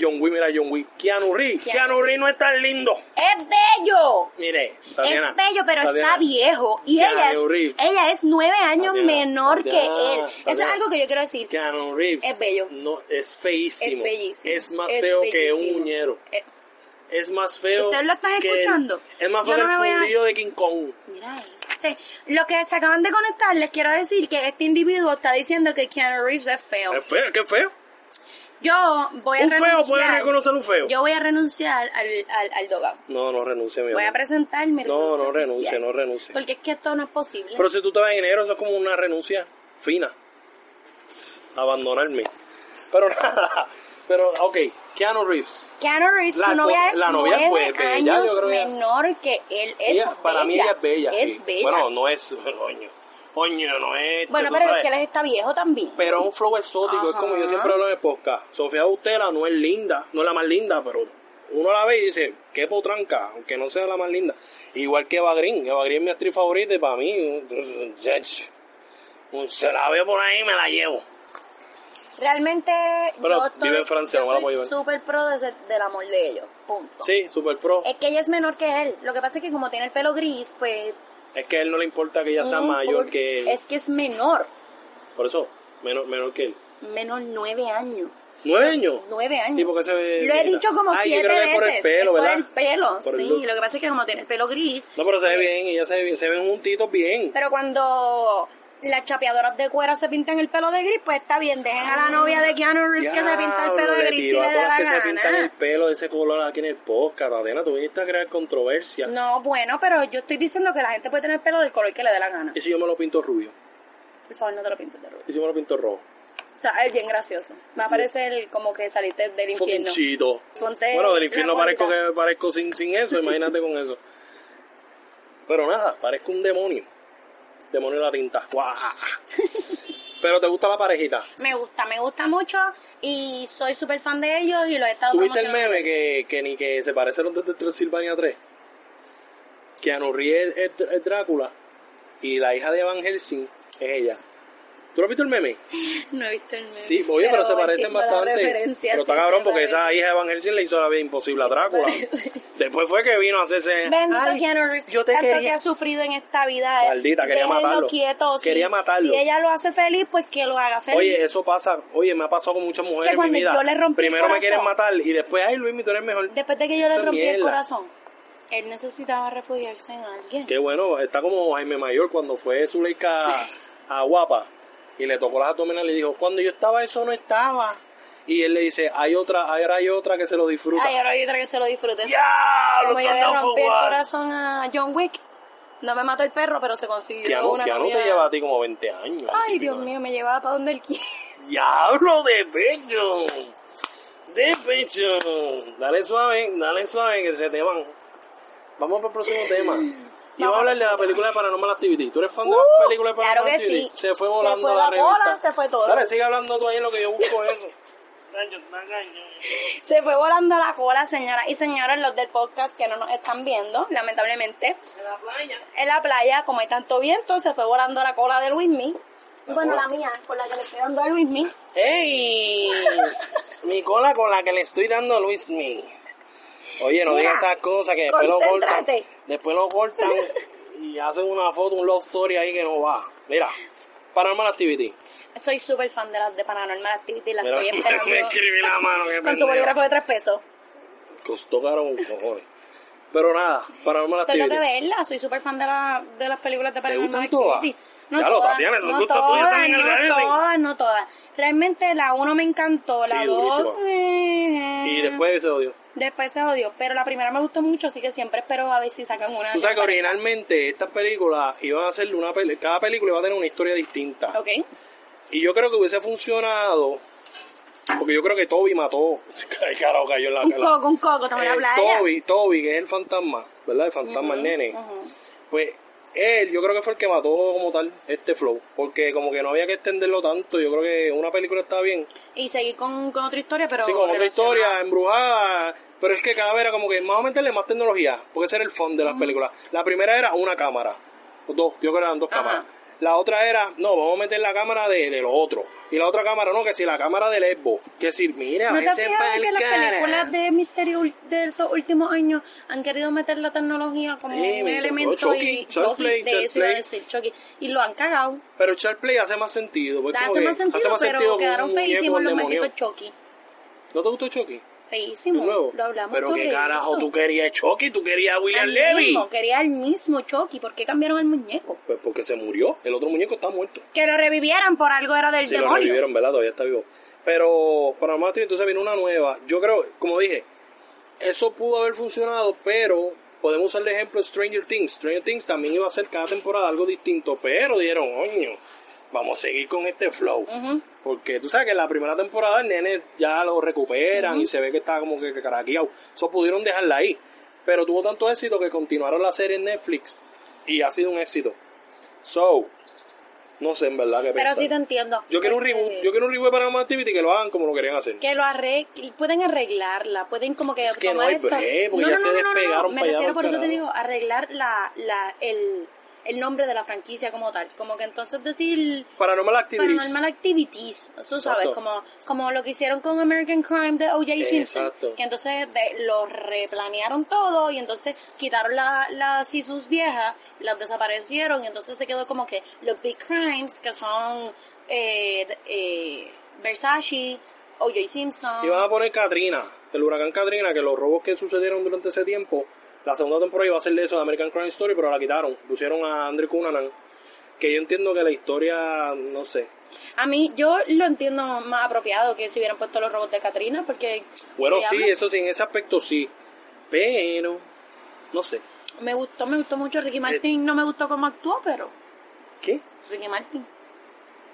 John Wick, mira John Wick, Keanu Reeves, Keanu Keanu Reeves no es tan lindo. Es bello. Mire, Tatiana, es bello, pero Tatiana, está viejo. Y Keanu ella es, Reeves. ella es nueve años Tatiana, menor que Tatiana, él. Eso es Tatiana. algo que yo quiero decir. Keanu Reeves Es bello. No, es feísimo. Es bellísimo. Es más Es feo que un bellísimo. muñero. Eh, Es más feo. ¿Ustedes lo están que- escuchando? Es más Yo feo no me que voy el a- fundido de King Kong. Mira este. Los que se acaban de conectar, les quiero decir que este individuo está diciendo que Keanu Reeves es feo. Es feo, qué feo. Yo voy a Un renunciar. feo puede reconocer un feo. Yo voy a renunciar al, al, al dogado. No, no renuncie, mi Voy a amor. presentar mi No, renuncia no renuncie, oficial. no renuncie. Porque es que esto no es posible. Pero si tú te vas en enero, eso es como una renuncia fina. Abandonarme. Pero nada. Pero, ok, Keanu Reeves. Keanu Reeves, La su novia co- es la novia es nueve bella, años yo creo que- menor que él. Es Ella- para mí ella es bella. Es sí. bella. Bueno, no es. Oño. Oño, no es. Bueno, tú pero es sabes. que él está viejo también. Pero es un flow exótico, es como yo Ajá. siempre hablo en el podcast. Sofía Bustera no es linda, no es la más linda, pero uno la ve y dice, qué potranca, aunque no sea la más linda. Igual que Eva Green, Eva Green es mi actriz favorita y para mí, se la veo por ahí y me la llevo. Realmente Pero yo estoy vive en Francia, yo no la puedo soy llevar. súper pro de ser- del amor de ellos, punto. Sí, super pro. Es que ella es menor que él. Lo que pasa es que como tiene el pelo gris, pues... Es que a él no le importa que ella sea no mayor importa. que él. Es que es menor, Por eso, menor, menor que él. menor nueve años. ¿Nueve años? Nueve años. Sí, porque se ve Lo he viejita. dicho como Ay, yo siete creo que es veces. por el pelo, Es por ¿verdad? el pelo, Por el sí. look. Lo que pasa es que como tiene el pelo gris. eh, No, pero se ve bien, ella se ve bien, se ven juntitos bien. Pero cuando las chapeadoras de cuera se pintan el pelo de gris, pues está bien. Dejen Ah, a la novia de Keanu Reeves que se pinta el pelo Diablo, de le gris si le tiró a da todas la que se pintan el gana. pelo de ese color aquí en el podcast, Adriana, tú viniste a crear controversia. No, bueno, pero yo estoy diciendo que la gente puede tener pelo del color que le dé la gana. ¿Y si yo me lo pinto rubio? Por favor, no te lo pintes de rubio. ¿Y si yo me lo pinto rojo? O sea, es bien gracioso. Me parece el- como que saliste del Fucking infierno. chido. Ponte Bueno, del la infierno colita. parezco que parezco sin, sin eso, imagínate con eso. Pero nada, parezco un demonio. Demonio de la tinta. ¡Guau! Pero te gusta la parejita. Me gusta, me gusta mucho y soy súper fan de ellos y lo he estado ¿Tuviste el promocionando. meme que, que ni que se parece a los de Transilvania 3? Que Reeves es, es- es Drácula y la hija de Van Helsing es ella. ¿Tú lo has visto el meme? No he visto el meme. Sí, oye, pero, se parecen entiendo la bastante. referencia, Pero está sí, cabrón se porque parece. esa hija de Van Helsing le hizo la vida imposible a Drácula. Después fue que vino a hacerse. Bendito "Ay, Keanu Reeves. Yo te tanto que quería. ha sufrido en esta vida. eh. Maldita, quería Déjenlo matarlo. quieto. Si- Quería matarlo. Si ella lo hace feliz, pues que lo haga feliz. Oye, eso pasa. Oye, me ha pasado con muchas mujeres en cuando mi vida. yo le rompí el Primero me corazón. quieren matar y después, ay, Luis, mi tú eres mejor. Después de que yo le Eso es rompí el mierda. corazón, él necesitaba refugiarse en alguien. Qué bueno, está como Jaime Mayor cuando fue Zuleika a, a Guapa y le tocó las abdominales y dijo, cuando yo estaba eso no estaba. Y él le dice, hay otra, ahora hay otra que se lo disfruta. Ay, ahora hay otra que se lo disfrute. ¡Diablo! Como yo le Thunder rompí el Forward! corazón a John Wick, no me mató el perro, pero se consiguió Keanu, una Keanu novia. te lleva a ti como 20 años. Ay, típico, Dios ¿no? mío, me llevaba para donde él quiere. ¡Diablo de pecho! ¡De pecho! Dale suave, dale suave que se te van. Vamos para el próximo tema. Y vamos a hablar de la película de Paranormal Activity. ¿Tú eres fan de Uh, las películas de claro Paranormal que Activity? sí. Se fue Se volando fue la, la bola, revista. se fue todo. Dale, sigue hablando tú ahí en lo que yo busco eso. Nacho, está cañón. Se fue volando la cola, señoras y señores, los del podcast que no nos están viendo, lamentablemente. En la playa. En la playa, como hay tanto viento, se fue volando la cola de Luismi. Bueno, la mía, con la que le estoy dando a Luismi. ¡Ey! Mi cola con la que le estoy dando a Luis Mi. Oye, no Mira, digas esas cosas que después lo cortan. concéntrate. Después lo cortan y hacen una foto, un love story ahí que no va. Mira, Paranormal Activity. Soy súper fan de las de Paranormal Activity, las Mira, estoy esperando. me escribí la mano. qué Con tu pendejo. bolígrafo de tres pesos. Costó caro un cojones. Pero nada, Paranormal Tengo que Activity. verla, soy súper fan de, la, de las películas de Paranormal gustan todas? Activity. Ya lo, Tatiana, esos no gustos tuyos todas, están en el garete. no todas, no todas. Realmente la uno me encantó, la Sí, dos... durísima. eh, Y después se odió. Después se odió, pero la primera me gustó mucho, así que siempre espero a ver si sacan una. Tú sabes que originalmente estas películas iban a ser una peli- cada película iba a tener una historia distinta. Ok. Y yo creo que hubiese funcionado. Porque yo creo que Toby mató. Ay, carajo, cayó en la Un la- coco, un coco, estamos en la Eh, playa. Toby, Toby, que es el fantasma, ¿verdad? El fantasma, el nene. Ujú. Pues él, yo creo que fue el que mató como tal este flow. Porque como que no había que extenderlo tanto. Yo creo que una película está bien. Y seguí con, con otra historia, pero. sí, como otra relacionada. historia, embrujada. Pero es que cada vez era como que más o menos meterle más tecnología. Porque ese era el fondo de las películas. La primera era una cámara. o Dos, yo creo que eran dos Ajá. cámaras. La otra era, no, vamos a meter la cámara de, de lo otro. Y la otra cámara, no, que si la cámara del Xbox. Que si, mira, ¿No te has ese fijado que las pelcara. películas de misterio ul- de estos últimos años han querido meter la tecnología como Sí, un me elemento tocó Chucky, y Charles Chucky, Play, de Charles eso iba a Play. decir Chucky y lo han cagado. Pero Charles Play hace más sentido. porque como Hace que más sentido, pero sentido que quedaron un muñeco feísimos los endemoniado. malditos Chucky. ¿No te gustó Chucky? Feísimos. El nuevo. Lo hablamos Pero sobre qué carajo, eso. tú querías Chucky, tú querías a William Al Levy. mismo, quería el mismo Chucky. ¿Por qué cambiaron el muñeco? Pues porque se murió. El otro muñeco está muerto. Que lo revivieran por algo era del Si lo demonio. revivieron, ¿verdad? Todavía está vivo. Pero para más entonces viene una nueva. Yo creo, como dije, eso pudo haber funcionado, pero podemos usar el ejemplo de Stranger Things. Stranger Things también iba a ser cada temporada algo distinto, pero dieron, oño, vamos a seguir con este flow. Ujú. Porque tú sabes que en la primera temporada el nene ya lo recuperan y se ve que está como que que caraqueado. Eso pudieron dejarla ahí. Pero tuvo tanto éxito que continuaron la serie en Netflix y ha sido un éxito. So, No sé, en verdad, qué Pero pensar. sí te entiendo. Yo quiero un Porque- reboot, yo quiero un reboot para Paranormal Activity que lo hagan como lo querían hacer. que lo arre pueden arreglarla, pueden como que Es que no tomar hay esto- break, porque ya se despegaron Me pa' allá pa'l refiero por eso te carajo. digo, arreglar la, la, el, el nombre de la franquicia como tal, como que entonces decir Paranormal Activity. Paranormal Activities, tú sabes, Exacto. como, como lo que hicieron con American Crime de O.J. Simpson, Exacto. que entonces de- lo replanearon todo y entonces quitaron la- las Sisus viejas, las desaparecieron y entonces se quedó como que los Big Crimes que son eh, de- eh, Versace, O.J. Simpson. Y van a poner Katrina, el huracán Katrina, que los robos que sucedieron durante ese tiempo, la segunda temporada iba a ser de eso, de American Crime Story, pero la quitaron. Pusieron a Andrew Cunanan, que yo entiendo que la historia, no sé. A mí, yo lo entiendo más apropiado que si hubieran puesto los robots de Katrina porque... Bueno, ¿qué sí, habla? eso sí, en ese aspecto sí. Pero, no sé. Me gustó, me gustó mucho Ricky Martin, no me gustó cómo actuó, pero ¿Qué? Ricky Martin.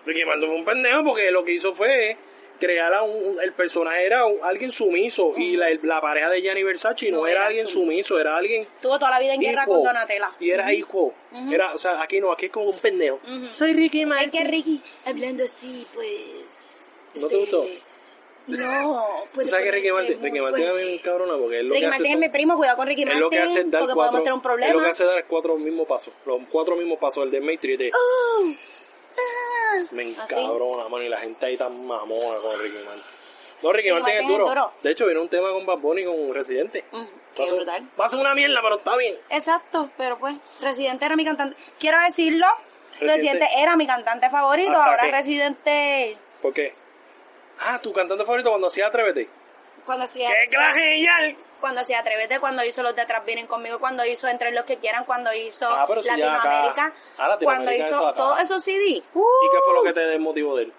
Ricky Martin fue un pendejo porque lo que hizo fue crear a un... El personaje era un- alguien sumiso y la, la pareja de Gianni Versace no, No era era alguien sumiso, era alguien... Tuvo toda la vida en guerra equal. con Donatella. Y era equal. Era, o sea, aquí no, aquí es como un pendejo. Soy Ricky Es Martin. que Ricky, hablando así, pues. ¿No te este, gustó? No, Tú pues. sabes que Ricky Martin, Ricky Martin es bien cabrona porque él lo Ricky que hace Martin es son- mi primo, cuidado con Ricky él Martin. lo que hace es dar porque cuatro, podemos tener un él problema. lo que hace es dar cuatro mismos pasos, los cuatro mismos pasos, el de Matrix de ¡Oh! ¡Ah! me Así. encabrona, mano, y la gente ahí tan mamona con Ricky Martin. No, Ricky, Ricky Martin, es Martin es duro. duro. De hecho, viene un tema con Bad Bunny con Residente. Mm, Va a qué ser- brutal. Va a ser una mierda, pero está bien. Exacto, pero pues, Residente era mi cantante. Quiero decirlo, Residente. Residente, era mi cantante favorito, ¿Hasta ahora qué? Residente. ¿Por qué? Ah, tu cantante favorito cuando hacía Atrévete. Cuando hacía. ¡Qué grajillar! Cuando hacía Atrévete, cuando hizo Los de Atrás Vienen Conmigo, cuando hizo Entre los que quieran, cuando hizo Ah, pero si ya acá- Latinoamérica, Ah, Latinoamérica, cuando eso hizo acá. todos esos CD. ¿Y qué fue lo ¡Uh! que te desmotivó de él?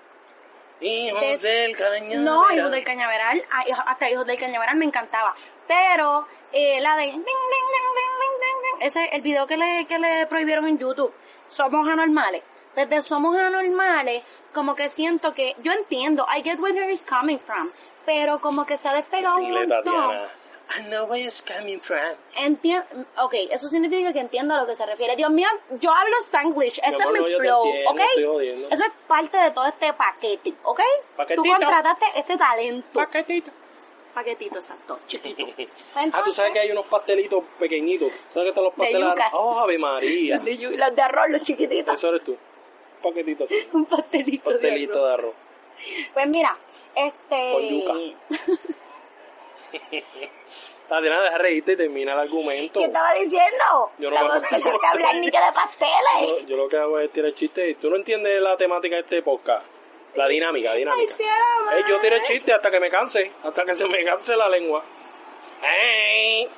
Hijos Des- del cañón. Uh, No, Hijos del Cañaveral, ah, hijo- hasta Hijos del Cañaveral me encantaba. Pero eh, la de... ding, ding, ding, ding, ding, ding, ese es el video que le, que le prohibieron en YouTube. Somos anormales. Desde Somos anormales, como que siento que... Yo entiendo, I get where it's coming from. Pero como que se ha despegado un Single, montón. Tatiana. I know where it's coming from. Entien ok, eso significa que entiendo a lo que se refiere. Dios mío, yo hablo spanglish, ese amor, es no, mi yo te flow, entiendo, ¿ok? estoy jodiendo. Eso es parte de todo este paquete, ¿ok? Paquetito. Tú contrataste este talento. Paquetito. paquetito, exacto, chiquito. Pues ah, tú sabes que hay unos pastelitos pequeñitos. ¿Sabes que están los pastelitos? yuca. ¡Oh, Ave María! Los de, yu- los de arroz, los chiquititos. Eso eres tú. Paquetito. Un pastelito, de Pastelito arroz. de arroz. Pues mira, este... Con yuca. Tatiana, Ah, deja reírte y termina el argumento. ¿Qué estaba diciendo? Yo no Estaba me acuerdo. empezando a hablar ni que de pasteles. Yo lo que hago es tirar chistes. Tú no entiendes la temática de este podcast. La dinámica, dinámica. Ay, sí, era más. Eh, yo tiro chistes hasta que me canse. Hasta que se me canse la lengua. ¡Ey!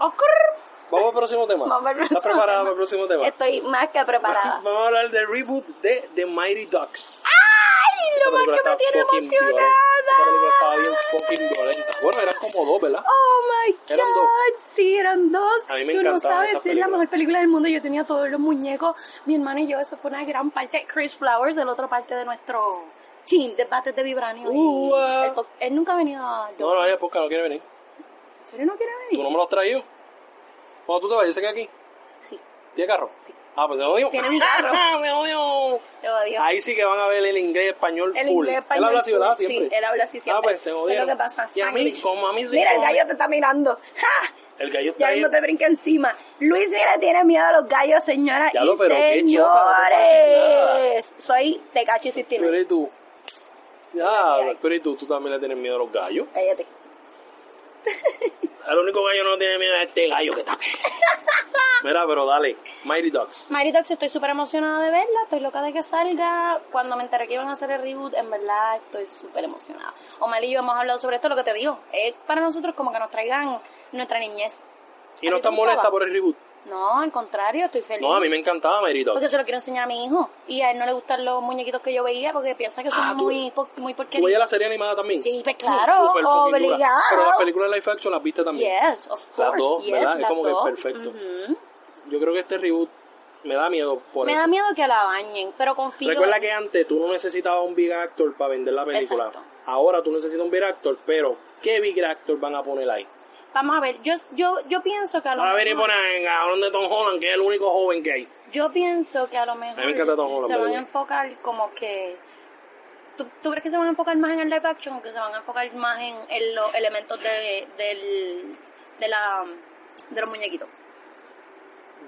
Ocurr. Vamos al próximo tema. Vamos al próximo ¿Estás preparada tema. para el próximo tema? Estoy más que preparada. Vamos a hablar del reboot de The Mighty Ducks. ¡Ay! Lo Esa película más que me está tiene fucking violenta. Esa película estaba bien emocionada. fucking violenta. Bueno, eran como dos, ¿verdad? Oh my Eran god, sí, eran dos. A mí me Tú no encantaban sabes, esas es la películas. mejor película del mundo. Yo tenía todos los muñecos, mi hermano y yo. Eso fue una gran parte. Chris Flowers, el otro parte de nuestro team de bates de vibranio. y- Ua. él, po- él nunca ha venido a. yo- No, no, hay porque no quiere venir. ¿En serio no quiere ¿Tú venir? no me lo has traído? Cuando tú te vayas, se queda aquí. Sí, ¿Tiene carro? Sí. Ah, pues te odio. Tiene mi carro. Ah, me odio. te odio. Ahí sí que van a ver el inglés español El full. inglés español. Él habla así, ¿verdad? full, Siempre. Sí, él habla así siempre. Ah, pues se Sé odia. lo que pasa. Y a mí, Spanglish. como a mí sí, Mira, el como a mí. gallo te está mirando. ¡Ja! El gallo está Ya ahí. mismo te brinca encima. Luis le tiene miedo a los gallos, señoras Ya y lo, pero qué chota, no te pasa nada. señores. Soy Tecachi Sistina. Pero y tú. Ya, pero y tú, tú también le tienes miedo a los gallos. Cállate. El único gallo que no tiene miedo es este gallo que está aquí. Mira, pero dale. Mighty Ducks. Mary Dogs, estoy súper emocionada de verla, estoy loca de que salga. Cuando me enteré que iban a hacer el reboot, en verdad estoy súper emocionada. Omar y yo hemos hablado sobre esto, lo que te digo. Es para nosotros como que nos traigan nuestra niñez. Y ¿A no ti te estás molesta gustaba? por el reboot. No, al contrario, estoy feliz. No, a mí me encantaba Mighty Ducks. Porque se lo quiero enseñar a mi hijo. Y a él no le gustan los muñequitos que yo veía porque piensa que son Ah, tú- muy, por- muy ¿Tú veías porquerías. la serie animada también? Sí, pues claro, Súper fucking dura. obligado. Pero las películas live action las viste también. Yes, of course. Las dos, yes, ¿verdad? Es las como que dos. perfecto. Ujú. Yo creo que este reboot me da miedo por Me eso. da miedo que la bañen, pero confío. Recuerda en- que antes tú no necesitabas un big actor para vender la película. Exacto. Ahora tú necesitas un big actor, pero ¿qué big actor van a poner ahí? Vamos a ver, yo, yo, yo pienso que a lo Ahora viene y mejor... pone a Aaron de Tom Holland, que es el único joven que hay. Yo pienso que a lo A mí me encanta Tom mejor Holland, se pero van a bueno. enfocar como que... ¿Tú, tú crees que se van a enfocar más en el live action o que se van a enfocar más en, en los elementos de, del, de, la, de los muñequitos?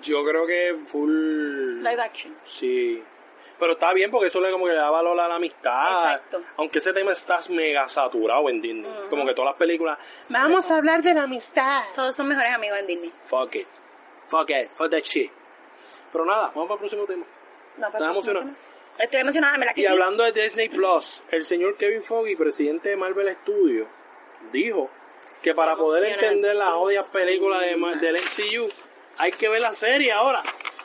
Yo creo que full... Live action. Sí. Pero está bien porque eso le como que le da valor a la amistad. Exacto. Aunque ese tema está mega saturado, ¿entiendes? Como que todas las películas... Vamos a hablar de la amistad. Todos son mejores amigos en Disney. Fuck it. Fuck it. Fuck that shit. Pero nada, vamos para el próximo tema. No, pero Estaba pues, emocionada. no. Estoy emocionada, me la Y hablando de Disney Plus, el señor Kevin Foggy, presidente de Marvel Studios, dijo que para poder entender la odia película de, Ma- del MCU, hay que ver la serie ahora.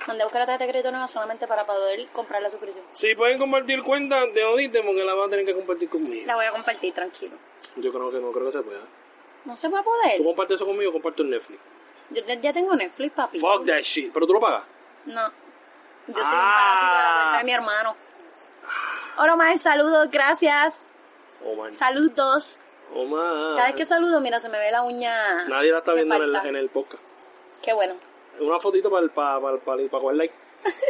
Mandé a buscar la tarjeta de crédito nueva solamente para poder comprar la suscripción. Si pueden compartir cuenta de Odite, porque la van a tener que compartir conmigo. La voy a compartir, tranquilo. Yo creo que no, creo que se pueda. No se va a Tú poder. compartes eso conmigo, comparto el Netflix. Yo te- ya tengo Netflix, papi. Fuck that shit. Pero tú lo pagas. No. Yo soy un parásito de la Ah. cuenta de mi hermano. Hola, Omar, saludos, gracias. Omar. Saludos. Omar. Cada vez que saludo, mira, se me ve la uña. Nadie la está que viendo en el, falta. en el podcast. Qué bueno. Una fotito para el para para para, para coger like.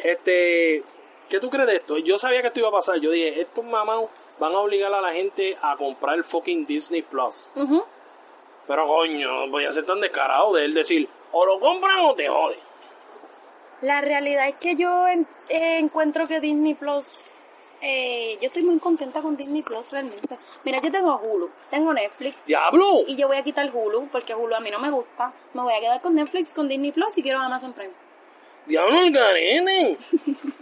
Este, ¿qué tú crees de esto? Yo sabía que esto iba a pasar. Yo dije, estos mamados van a obligar a la gente a comprar el fucking Disney Plus. Ujú. Pero coño, no voy a ser tan descarado de él decir, o lo compran o te jode. La realidad es que yo en- eh, encuentro que Disney Plus. eh, yo estoy muy contenta con Disney Plus realmente. Mira, yo tengo Hulu, tengo Netflix. ¡Diablo! Y yo voy a quitar Hulu porque Hulu a mí no me gusta. Me voy a quedar con Netflix, con Disney Plus y quiero Amazon Prime. ¡Diablo el garete!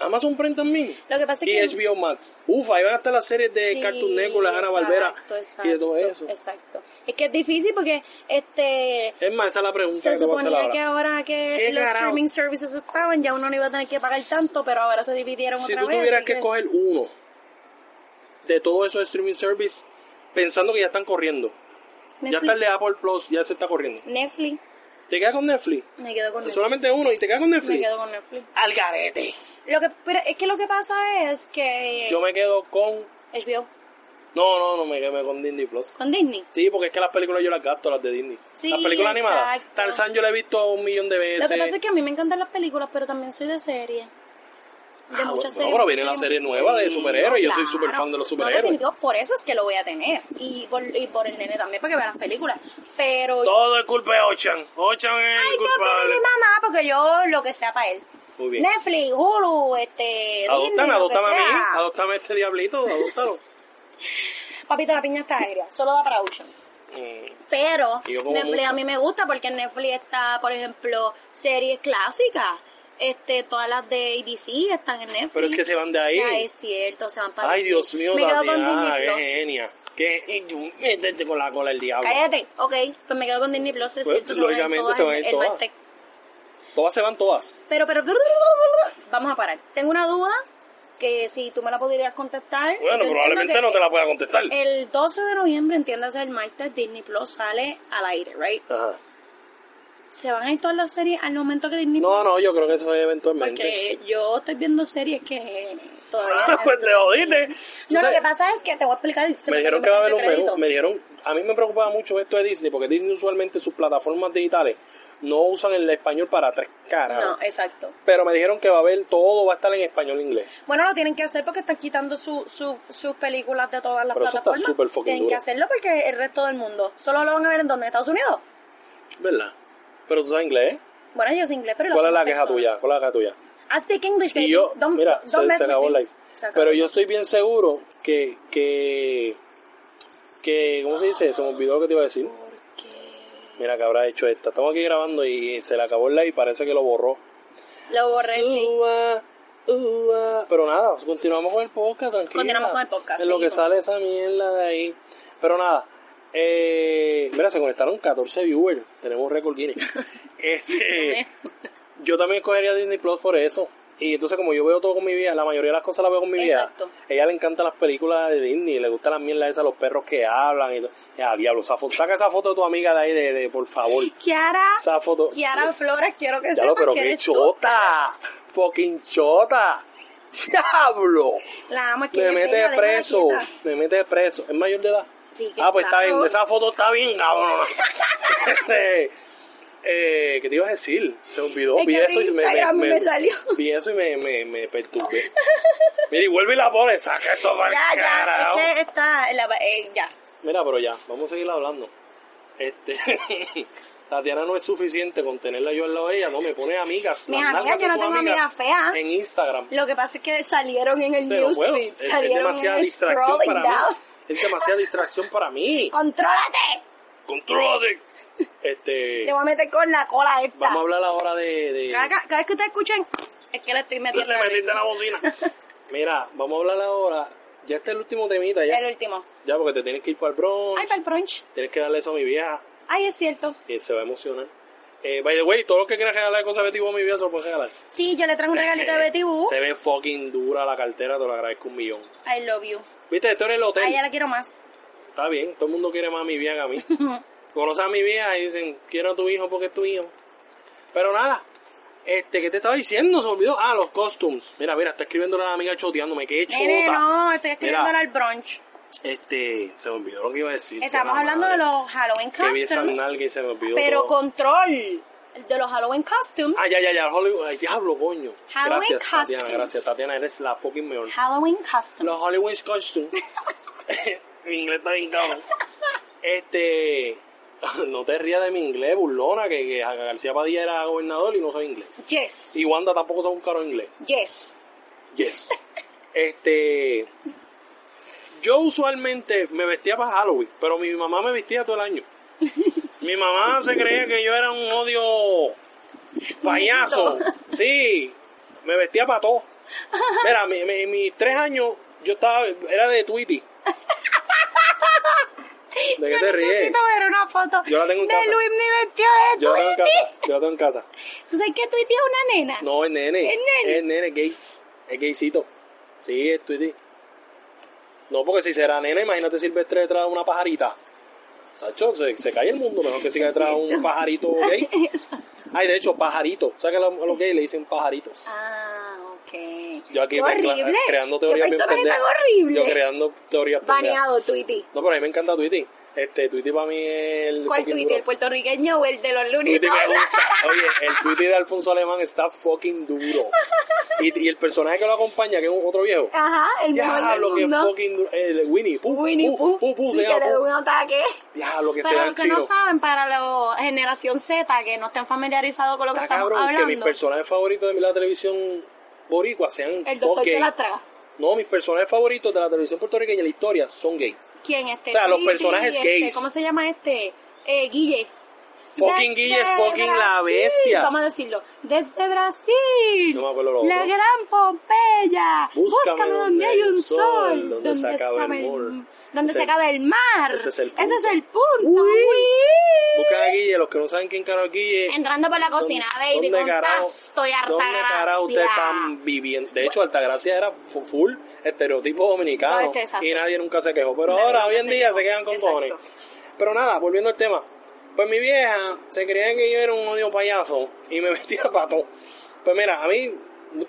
Amazon Prime también. Lo que pasa es Y que. HBO Max. Uf, ahí van a estar las series de Sí, Eh, Cartoon Network, Ana exacto, Barbera exacto, y de todo eso. Exacto. Es que es difícil porque este Es más, esa es la pregunta se que te voy a hacer suponía ahora. que ahora que ¿Qué los carajo? streaming services estaban, ya uno no iba a tener que pagar tanto, pero ahora se dividieron si otra tú vez. tuvieras así que escoger uno de todos esos streaming service, pensando que ya están corriendo, ya Netflix, está el de Apple Plus, ya se está corriendo. Netflix, ¿Te quedas con Netflix? me quedo con Netflix. Solamente uno y te quedas con Me Netflix. quedo con Netflix. Al garete. Lo que, pero es que lo que pasa es que Yo me quedo con. HBO No, no, no, me quedo con Disney Plus. con Disney. Sí, porque es que las películas yo las gasto, las de Disney. Sí, las películas animadas. exacto. Tarzan yo la he visto un millón de veces. Lo que pasa es que a mí me encantan las películas, pero también soy de serie. De Ah, muchas bueno, series. pero viene la serie nueva de Sí, superhéroes, yo soy claro. super fan de los No, superhéroes. definitivo, por eso es que lo voy a tener. Y por, y por el nene también, para que vea las películas. Pero. Todo es culpa de Ochan. Ochan es Ay, el yo quiero a culpable. mi mamá porque yo lo que sea para él. Muy bien. Netflix, Hulu, este. Disney, Adóptame, lo que adóptame a mí. sea. Adóptame a este diablito, adóptalo. Papito, la piña está aérea. Solo da para Ocean. Mm. Pero Y yo como Netflix mucho. a mí me gusta porque en Netflix está, por ejemplo, series clásicas. Este, todas las de ABC están en Netflix. Pero es que se van de ahí. O sea, es cierto, se van para Ay, Disney. Dios mío, eh. Me quedo con Tatiana, Disney qué Plus. genia. Qué, y tú, métete con la cola el diablo. Cállate, ok, pues me quedo con Disney Plus, es Pues, cierto, lógicamente se van a ir el- el todas. Mantec. Todas se van todas. Pero, pero, vamos a parar. Tengo una duda que si tú me la podrías contestar. Bueno, yo probablemente entiendo no que te la pueda contestar. El 12 de noviembre, entiéndase, el martes, Disney Plus sale al aire, ¿right? Ajá. Se van a ir todas las series al momento que Disney No, no, yo creo que eso es eventualmente. Porque yo estoy viendo series que todavía... pues te jodiste. no, Tú lo sabes, que pasa es que te voy a explicar... se me dijeron olvidó que va a haber pedirte un menú. crédito. Me dijeron, a mí me preocupaba mucho esto de Disney, porque Disney usualmente sus plataformas digitales no usan el español para tres caras. No, eh. exacto. Pero me dijeron que va a haber todo, va a estar en español e inglés. Bueno, lo tienen que hacer porque están quitando su- su- sus películas de todas las Pero eso está plataformas. súper fucking tienen duro. que hacerlo porque el resto del mundo solo lo van a ver en donde Estados Unidos. ¿Verdad? Pero tú sabes inglés, ¿eh? Bueno, yo sé inglés, pero ¿Cuál es la otras queja personas- tuya? ¿Cuál es la queja tuya? I speak English, baby. Y yo, Don't- mira, don't se, mess se with acabó el me. live. Se acabó. Pero yo estoy bien seguro que, que, que, ¿cómo se dice? Se me olvidó lo que te iba a decir. Porque Mira que habrá hecho esta. Estamos aquí grabando y se le acabó el live y parece que lo borró. Lo borré, sí. Ua, ua. Pero nada, continuamos con el podcast, tranquilo. Continuamos con el podcast, En lo que seguimos. sale esa mierda de ahí. Pero nada, eh, mira, se conectaron 14 viewers. Tenemos récord Guinness. este, yo también escogería Disney Plus por eso. Y entonces, como yo veo todo con mi vida, la mayoría de las cosas las veo con mi vida. Exacto. Ella le encantan las películas de Disney, le gustan las mierdas esas, los perros que hablan y todo. Ya, diablo, esa foto- saca esa foto de tu amiga de ahí, de, de- por favor. Kiara, Esa foto. Kiara Flores, quiero que Diablo, sepas pero que qué eres tú. chota. Fucking chota. Diablo. La amo, es que Me ella es bella, mete déjala preso. quieta. Me mete preso. ¿Es mayor de edad? Sí, que Ah, pues está claro. bien. Esa foto está bien, cabrón. eh, eh, ¿Qué te iba a decir? Se olvidó. Es vi que eso mi y me, Instagram me salió. Vi eso y me, me, me perturbé. Mira, y vuelve y la pone. Saca eso para Ya, el ya, carajo. es que está, la- eh, ya. Mira, pero ya, vamos a seguir hablando. Este, Tatiana no es suficiente con tenerla yo al lado de ella, no me pone amigas. Mis las amigas, nalgas de yo no sus tengo amigas feas. En Instagram. Lo que pasa es que salieron en el Se lo puedo. newsfeed, Es, es salieron en demasiada el distracción scrolling para down. mí. Es demasiada distracción para mí. ¡Contrólate! Contrólate. Este, Te voy a meter con la cola esta. vamos a hablar ahora de. de- Cada, cada vez que ustedes escuchen, es que le estoy Le metiendo. metiste la bocina. Mira, vamos a hablar ahora. Ya este es el último temita, ya. El último. Ya, porque te tienes que ir para el Bronx. Ay, para el brunch. Tienes que darle eso a mi vieja. Ay, es cierto. que se va a emocionar. Eh, by the way, todo lo que quieras regalar con Betty Bob, mi vida se lo puedes pues regalar. Eh, Sí, yo le traje un regalito de Betty Boo. Se ve fucking dura la cartera, te lo agradezco un millón. I love you. Viste, esto en el hotel. A ella la quiero más. Está bien, todo el mundo quiere más a mi vieja que a mí. Conoces a mi vieja y dicen, quiero a tu hijo porque es tu hijo. Pero nada, este, ¿qué te estaba diciendo? Se me olvidó. Ah, los costumes. Mira, mira, está escribiendo una amiga choteándome, que he chota. Nene, no, estoy escribiéndola Mira. al brunch. Este, se me olvidó lo que iba a decir. Estamos sea, hablando madre. de los Halloween Que vi esa costumes. nalga y se me olvidó Pero todo. control de los Halloween costumes. Ah, ya, ya, ya, Hollywood, ay, diablo, coño. Halloween gracias, Tatiana, costumes. gracias, Tatiana, eres la fucking mejor. Halloween costumes. Los Hollywood costumes. mi inglés está bien cabrón. Este, no te rías de mi inglés, burlona, que, que García Padilla era gobernador y no sabe inglés. Yes, Y Wanda tampoco sabe un caro inglés. yes. Yes. Este, yo usualmente me vestía para Halloween, pero mi mamá me vestía todo el año. Mi mamá se creía que yo era un odio payaso. Sí, me vestía para todo. Mira, mi, mi- mis tres años yo estaba, era de Tweety. ¿De qué te ríes? necesito ver una foto Yo la tengo en de casa. Luis mi vestido de Yo la tengo en casa. Tweety. Yo la tengo en casa. ¿Tú sabes que Tweety es una nena? No, es nene. Es nene. Es nene, es gay. Es gaycito. Sí, es Tweety. No, porque si será nena, imagínate Silvestre detrás de una pajarita. Sacho, se, se cae el mundo mejor que siga detrás de un pajarito gay. Eso. Ay, de hecho, pajarito. O sea que a los a los gays le dicen pajaritos. Ah, ok. Yo aquí Qué me- cla- horrible. creando Qué teorías bien personaje tan pendejas. horrible. Yo creando teorías pendejas. Baneado Tweety. No, pero a mí me encanta Tweety. Este, Tweety para mí es el... ¿Cuál fucking Tweety? duro. ¿El puertorriqueño o el de los lunes? Tweety me gusta. Oye, el Tweety de Alfonso Alemán está fucking duro. Y, y el personaje que lo acompaña, que es un- otro viejo. Ajá, el mejor Ya, del lo que mundo. fucking Uh, duro. El Winnie Pooh. Winnie Pooh. Pooh, Pooh, se Sí, que llama le dio Pooh. un ataque. Ya, lo que se Para dan los que no chido. saben, para la generación Z que no estén familiarizados con lo que Está estamos Ah, cabrón que mis hablando, personajes favoritos de la televisión boricua sean el doctor gay. se la traga. No, mis personajes favoritos de la televisión puertorriqueña en la historia son gay. ¿Quién este? O sea, los Tweety, personajes este, gays. ¿Cómo se llama este? Eh, Guille. Fucking Desde Guille es fucking la Brasil, bestia. Vamos a decirlo. Desde Brasil. No me acuerdo lo La otro. gran Pompeya. Búscame donde hay un sol. donde se acaba el mar. Donde Ese- se acaba el mar. ese es el Ese es el punto. Uy. Busca a Guille, los que no saben quién carajo es Guille. Entrando por la cocina, baby, ¿Dónde con carajo- tas, estoy harta ¿Dónde carajo ustedes gracia. están viviendo? De hecho, Altagracia era fu- full estereotipo Ah, dominicano este, exacto. y nadie nunca se quejó. Pero Nadie ahora, nunca hoy en se día, quejó. se quedan con Exacto. cojones. Pero nada, volviendo al tema. Pues mi vieja se creía que yo era un odio payaso y me vestía pato. Pues mira, a mí,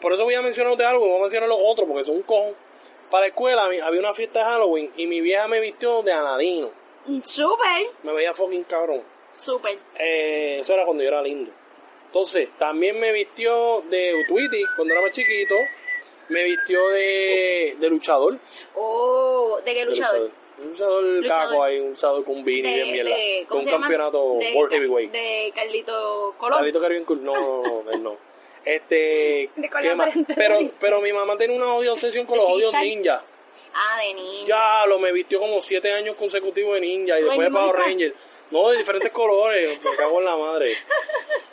por eso voy a mencionar de algo y voy a mencionar los otros porque son un cojón. Para la escuela mi- había una fiesta de Halloween y mi vieja me vistió de Aladino. Súper, Me veía fucking cabrón. súper. Eh, eso era cuando yo era lindo. Entonces, también me vistió de Utwiti cuando era más chiquito. Me vistió de, de luchador. Oh, ¿de qué De luchador? Un luchador, Luchador. caco ahí, un luchador con De, beanie de, mierda. de- con ¿cómo un se llama? campeonato De- World Heavyweight. De Carlito Colón. Carlito Carrión Cruz, no, no, no, él no. Este. De con ¿qué la más? frente Pero, ahí. pero mi mamá tenía una odio obsesión con De los odios cristal. ninja. Ah, de niño. Ya lo me vistió como siete años consecutivos de ninja y Ay, después de mi Power mamá. Ranger. No, de diferentes colores, me cago en la madre.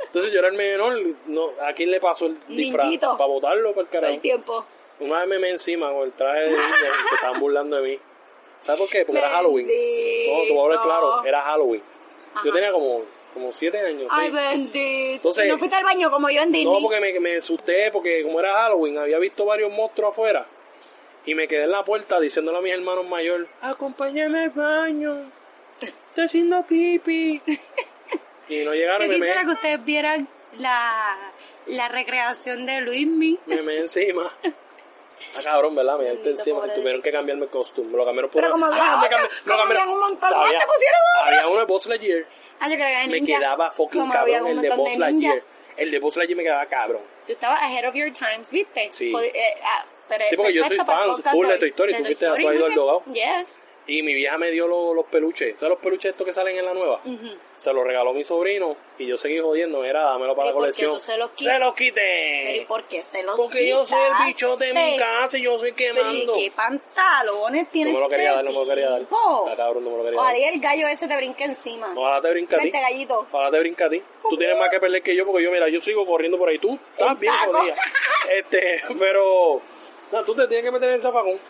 Entonces yo era el menor, no, ¿a quién le pasó el disfraz? Ninguito. Para botarlo, para el Todo carajo. el tiempo. Una vez me me encima con el traje de ninja y se estaban burlando de mí. ¿Sabes por qué? Porque era Halloween. No, te voy a hablar claro, era Halloween. Yo Ajá. tenía como, como siete años. Ay, seis. bendito. Entonces- no fuiste al baño como yo en Disney. No, porque me, me asusté, porque como era Halloween, había visto varios monstruos afuera. Y me quedé en la puerta diciéndole a mis hermanos mayor, acompáñame al baño, estoy haciendo pipi. y no llegaron, Yo me quisiera que me, ustedes vieran la, la recreación de Luismi. me meé encima. Ah, cabrón, ¿verdad? Me diste Bendito encima. pobre Tuvieron que cambiarme el costume. Lo cambiaron por. Pero como había Ah, me otro, cambié- lo como cambiaron- habían un montón más, Había- te pusieron otro. Había uno de Buzz Lightyear. Ah, yo creía que era Me ninja. quedaba fucking Como había cabrón. un El de montón Buzz ninja. Lightyear. El de Buzz Lightyear me quedaba cabrón. Tú estabas ahead of your times, ¿viste? Sí. Pod- eh, ah, pero Sí, porque yo perfecto soy para el fan, podcast full de hoy. Toy Story, tú fuiste- tú has Story, ido muy al bien. Dogao. Yes. Y mi vieja me dio lo- los peluches. ¿Sabes los peluches estos que salen en la nueva? Se los regaló mi sobrino. Y yo seguí jodiendo. Era, dámelo para ¿Y la por qué colección. no se los quita? ¡Se los Pero ¿y quité! por qué se los Eh, Porque yo soy el quitas? bicho de Te- mi casa y yo soy Pero ¿y quemando. qué pantalones tienes No me lo quería este dar, no me lo quería dar. tipo? Está cabrón, no me lo quería Ojalá y el gallo ese te brinque encima. Ojalá te brinca a ti. Vente, gallito. Ojalá te brinca a ti. Tú tienes más que perder que yo porque yo, mira, yo sigo corriendo por ahí. Tú estás El bien taco. jodida. Este, pero... No, tú te tienes que meter en el zafacón.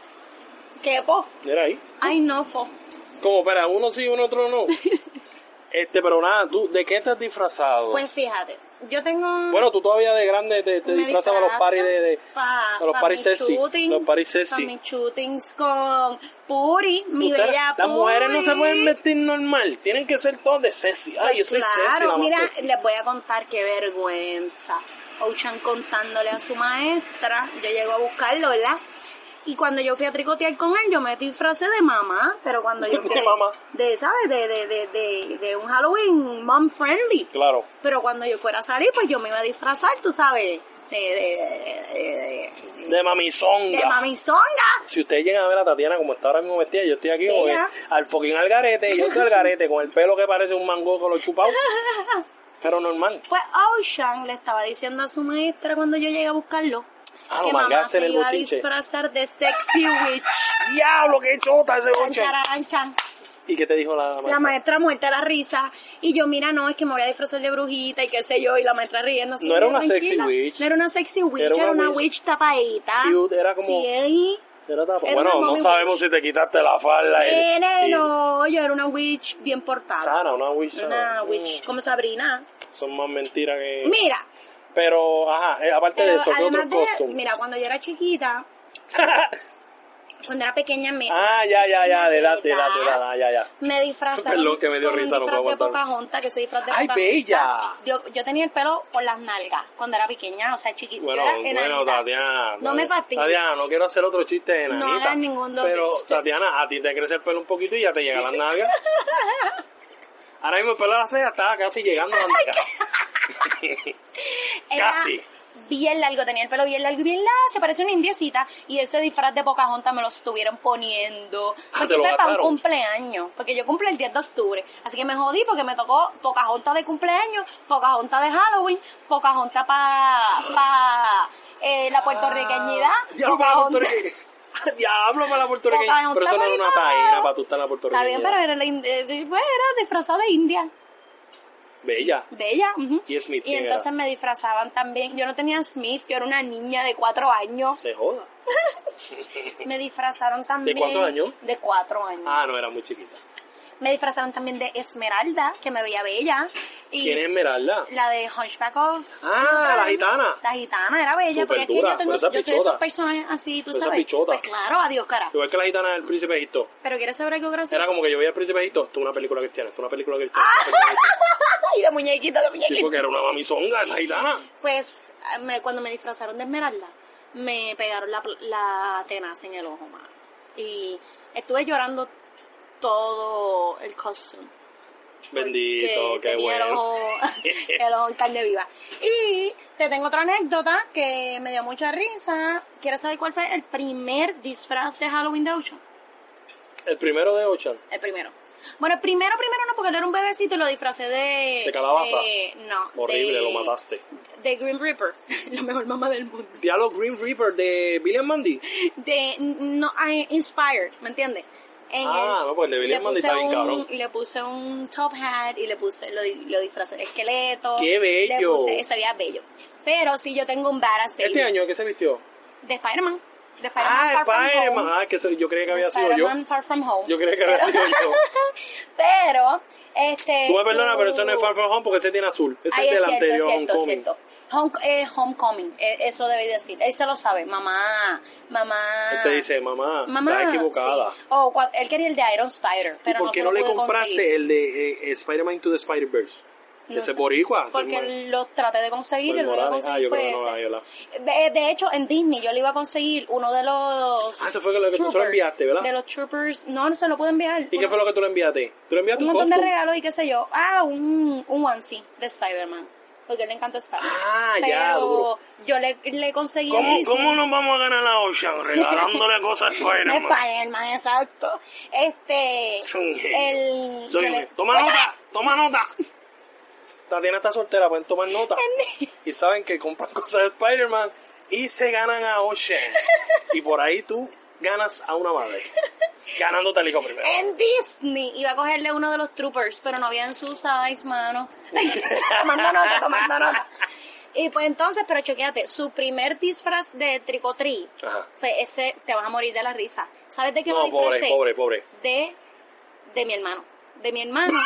¿Qué, po? Era ahí. Ay, no, po. Como, para uno sí, uno otro no. Este, pero nada, tú, ¿de qué estás disfrazado? Pues fíjate, yo tengo... bueno, tú todavía de grande te, te Me disfrazas a los disfrazo paris de... de- pa- a los pa paris mis sexy. shootings, Los paris pa' sexy. mis shootings con Puri, mi Ustedes- bella las mujeres no se Puri. pueden vestir normal, tienen que ser todas de sexy. Ay, yo soy sexy, la Pues Claro, más mira, sexy. les voy a contar qué vergüenza. Ocean contándole a su maestra, yo llego a buscarlo, ¿verdad? Y cuando yo fui a tricotear con él, yo me disfracé de mamá, pero cuando yo De fui- mamá. de, ¿sabes? De, de, de, de, de un Halloween mom friendly. Claro. Pero cuando yo fuera a salir, pues yo me iba a disfrazar, tú sabes, de, de, de, de- De de, mamizonga. de mamizonga. si ustedes llegan a ver a Tatiana como está ahora mismo vestida, yo estoy aquí como Bella. que al fucking algarete, yo soy algarete, con el pelo que parece un mango con los chupados. Pero normal. Pues Ocean le estaba diciendo a su maestra cuando yo llegué a buscarlo Ah, lo que mamá mangaste se en el iba a bochinche. disfrazar de sexy witch. ¡Diablo, qué chota ese Chan, coche! chararán, chan. ¿Y qué te dijo la maestra? La maestra muerta de la risa y yo, mira, no, es que me voy a disfrazar de brujita y qué sé yo, y la maestra riendo. así, No era mira, una sexy tranquila. witch. No era una sexy witch, era una, witch, tapadita. Cute, era como- Sí, ahí. Era tapa. Era bueno, una no mommy sabemos si te quitaste la falda. y- Nene, y- no, yo era una witch bien portada. Sana, una witch. Una sana. witch, como Sabrina. Mm, Son más mentiras que... Mira, Pero, ajá, eh, aparte de pero eso, ¿qué otro además de, costume? mira, cuando yo era chiquita, cuando era pequeña, me, ah, ya, ya, ya, de edad, de edad, de edad, ah, ya, ya. me disfrazaron Perdón, que me dio con risa, no un puedo disfraz de aguantarme. Pocahontas, que ese disfraz de ¡Ay, Pocahontas- bella! Yo, yo tenía el pelo por las nalgas cuando era pequeña, o sea, chiquita. Bueno, yo era bueno, enanita. Tatiana. No me fastidies. Tatiana, no quiero hacer otro chiste de No nanita. hagas ningún doble Pero, chiste. Tatiana, a ti te crece el pelo un poquito y ya te llega las nalgas. Ahora mismo el pelo de la ceja estaba casi llegando a la nalga. Era casi. Bien largo, tenía el pelo bien largo y bien largo, se parecía una indiecita. Y ese disfraz de Pocahontas me lo estuvieron poniendo. Ah, Porque te lo fue para un gastaron. cumpleaños. Porque yo cumplí el 10 de octubre. Así que me jodí porque me tocó Pocahontas de cumpleaños, Pocahontas de Halloween, Pocahontas para la puertorriqueñidad. Diablo Ah, para la Pocahontas- puertorriqueña. Diablo para la puertorriqueña. Pocahontas Pero eso no era una para mi taína lado. para tú estar en la puertorriqueña. Está bien, pero era, la ind- eh, eh, pues, era disfrazado de india. Bella. Bella. ujú. ¿Y Smith quién entonces era? me disfrazaban también. Yo no tenía Smith, yo era una niña de cuatro años. Se joda. Me disfrazaron también. cuántos años? De cuatro años. Ah, no, era muy chiquita. Me disfrazaron también de Esmeralda, que me veía bella. Y ¿Quién es Esmeralda? la de Hunchback of. Ah, la gitana. La gitana era bella, Súper porque es que dura, yo tengo. pero esa Yo soy de pichota. esos personajes así, tú Pero esa sabes. pichota. Pues claro, adiós, cara. Igual que la gitana del príncipe de Egipto. Pero quieres saber algo gracioso. Era como que yo veía al príncipe de Egipto. Esto es una película cristiana, esto es una película cristiana. Ah. Ay, de muñequita, de muñequita. Tipo que era una mamizonga esa gitana. Pues me- cuando me disfrazaron de esmeralda, me pegaron la, pl- la tenaza en el ojo, mano. Y estuve llorando todo el costume. Bendito, que qué tenía el bueno. ojo, el ojo en carne viva. Y te tengo otra anécdota que me dio mucha risa. ¿Quieres saber cuál fue el primer disfraz de Halloween de Ocean? El primero de Ocean. El primero. Bueno, el primero, primero no, porque él era un bebecito y lo disfracé de... ¿De calabaza? de- no. Horrible, de- lo mataste. De Green Reaper, la mejor mamá del mundo. Diablo Green Reaper de Billiam Mandy. de no I- inspired, ¿me entiendes? En Ah, no, pues el de Billy le Mandy puse está bien un- cabrón. y le puse un top hat y le puse lo, di- lo disfrazé de esqueleto. ¡Qué bello! Le puse, se veía bello. Pero sí, yo tengo un badass baby. ¿Este año de qué se vistió? De Spider-Man. De Spider-Man Ah, Far From Spider-Man. Home. Ah, que se- yo creía que De había sido yo. Spider-Man Far From Home. Yo creía que había sido yo. Pero, este... Tú me perdonas, su- pero eso no es Far From Home porque ese tiene azul. Ese Ay, es es del cierto, es anterior cierto, es Homecoming. cierto. Home, eh, homecoming, eh, eso debe decir. Él se lo sabe, mamá, mamá. Él te Este dice, mamá, Ah. Mamá, estás equivocada. sí. O cua- él quería el de Iron Spider, ¿Y pero por qué se no lo le pude compraste conseguir. el de eh, eh, Spider-Man to the Spider-Verse? No ese sé. es boricua. ese es Porque los traté de Por conseguir y el lo que Morales. Ah, conseguí yo creo fue que no, ese. Gabriela. De, de hecho, en Disney yo le iba a conseguir uno de los. Ah, ese fue lo que tú se lo troopers, enviaste, ¿verdad? De los troopers. No, no se lo pude enviar. ¿Y qué Uno- fue lo que tú le enviaste? ¿Tú le enviaste un un montón de costume? regalos y qué sé yo. Ah, un, un onesie de Spider-Man. Porque le encanta Spider-Man. Ah, Pero ya, duro. yo le, le conseguí. en ¿Cómo, Disney. ¿Cómo nos vamos a ganar la Ocean? Regalándole cosas buenas. Spider-Man, exacto. Este. Soy un genio. El. Soy que un- le- Toma nota, toma nota. Tatiana está soltera, pueden tomar nota. y saben que compran cosas de Spider-Man y se ganan a Ocean. y por ahí tú ganas a una madre. Ganándote el hijo primero. En Disney iba a cogerle uno de los troopers, pero no habían sus eyes, mano. tomando nota, tomando nota. Y pues entonces, pero chequéate, su primer disfraz de tricotri Ajá. fue ese, te vas a morir de la risa. ¿Sabes de qué lo No, pobre, disfracé? pobre, pobre. De, de mi hermano. De mi hermano.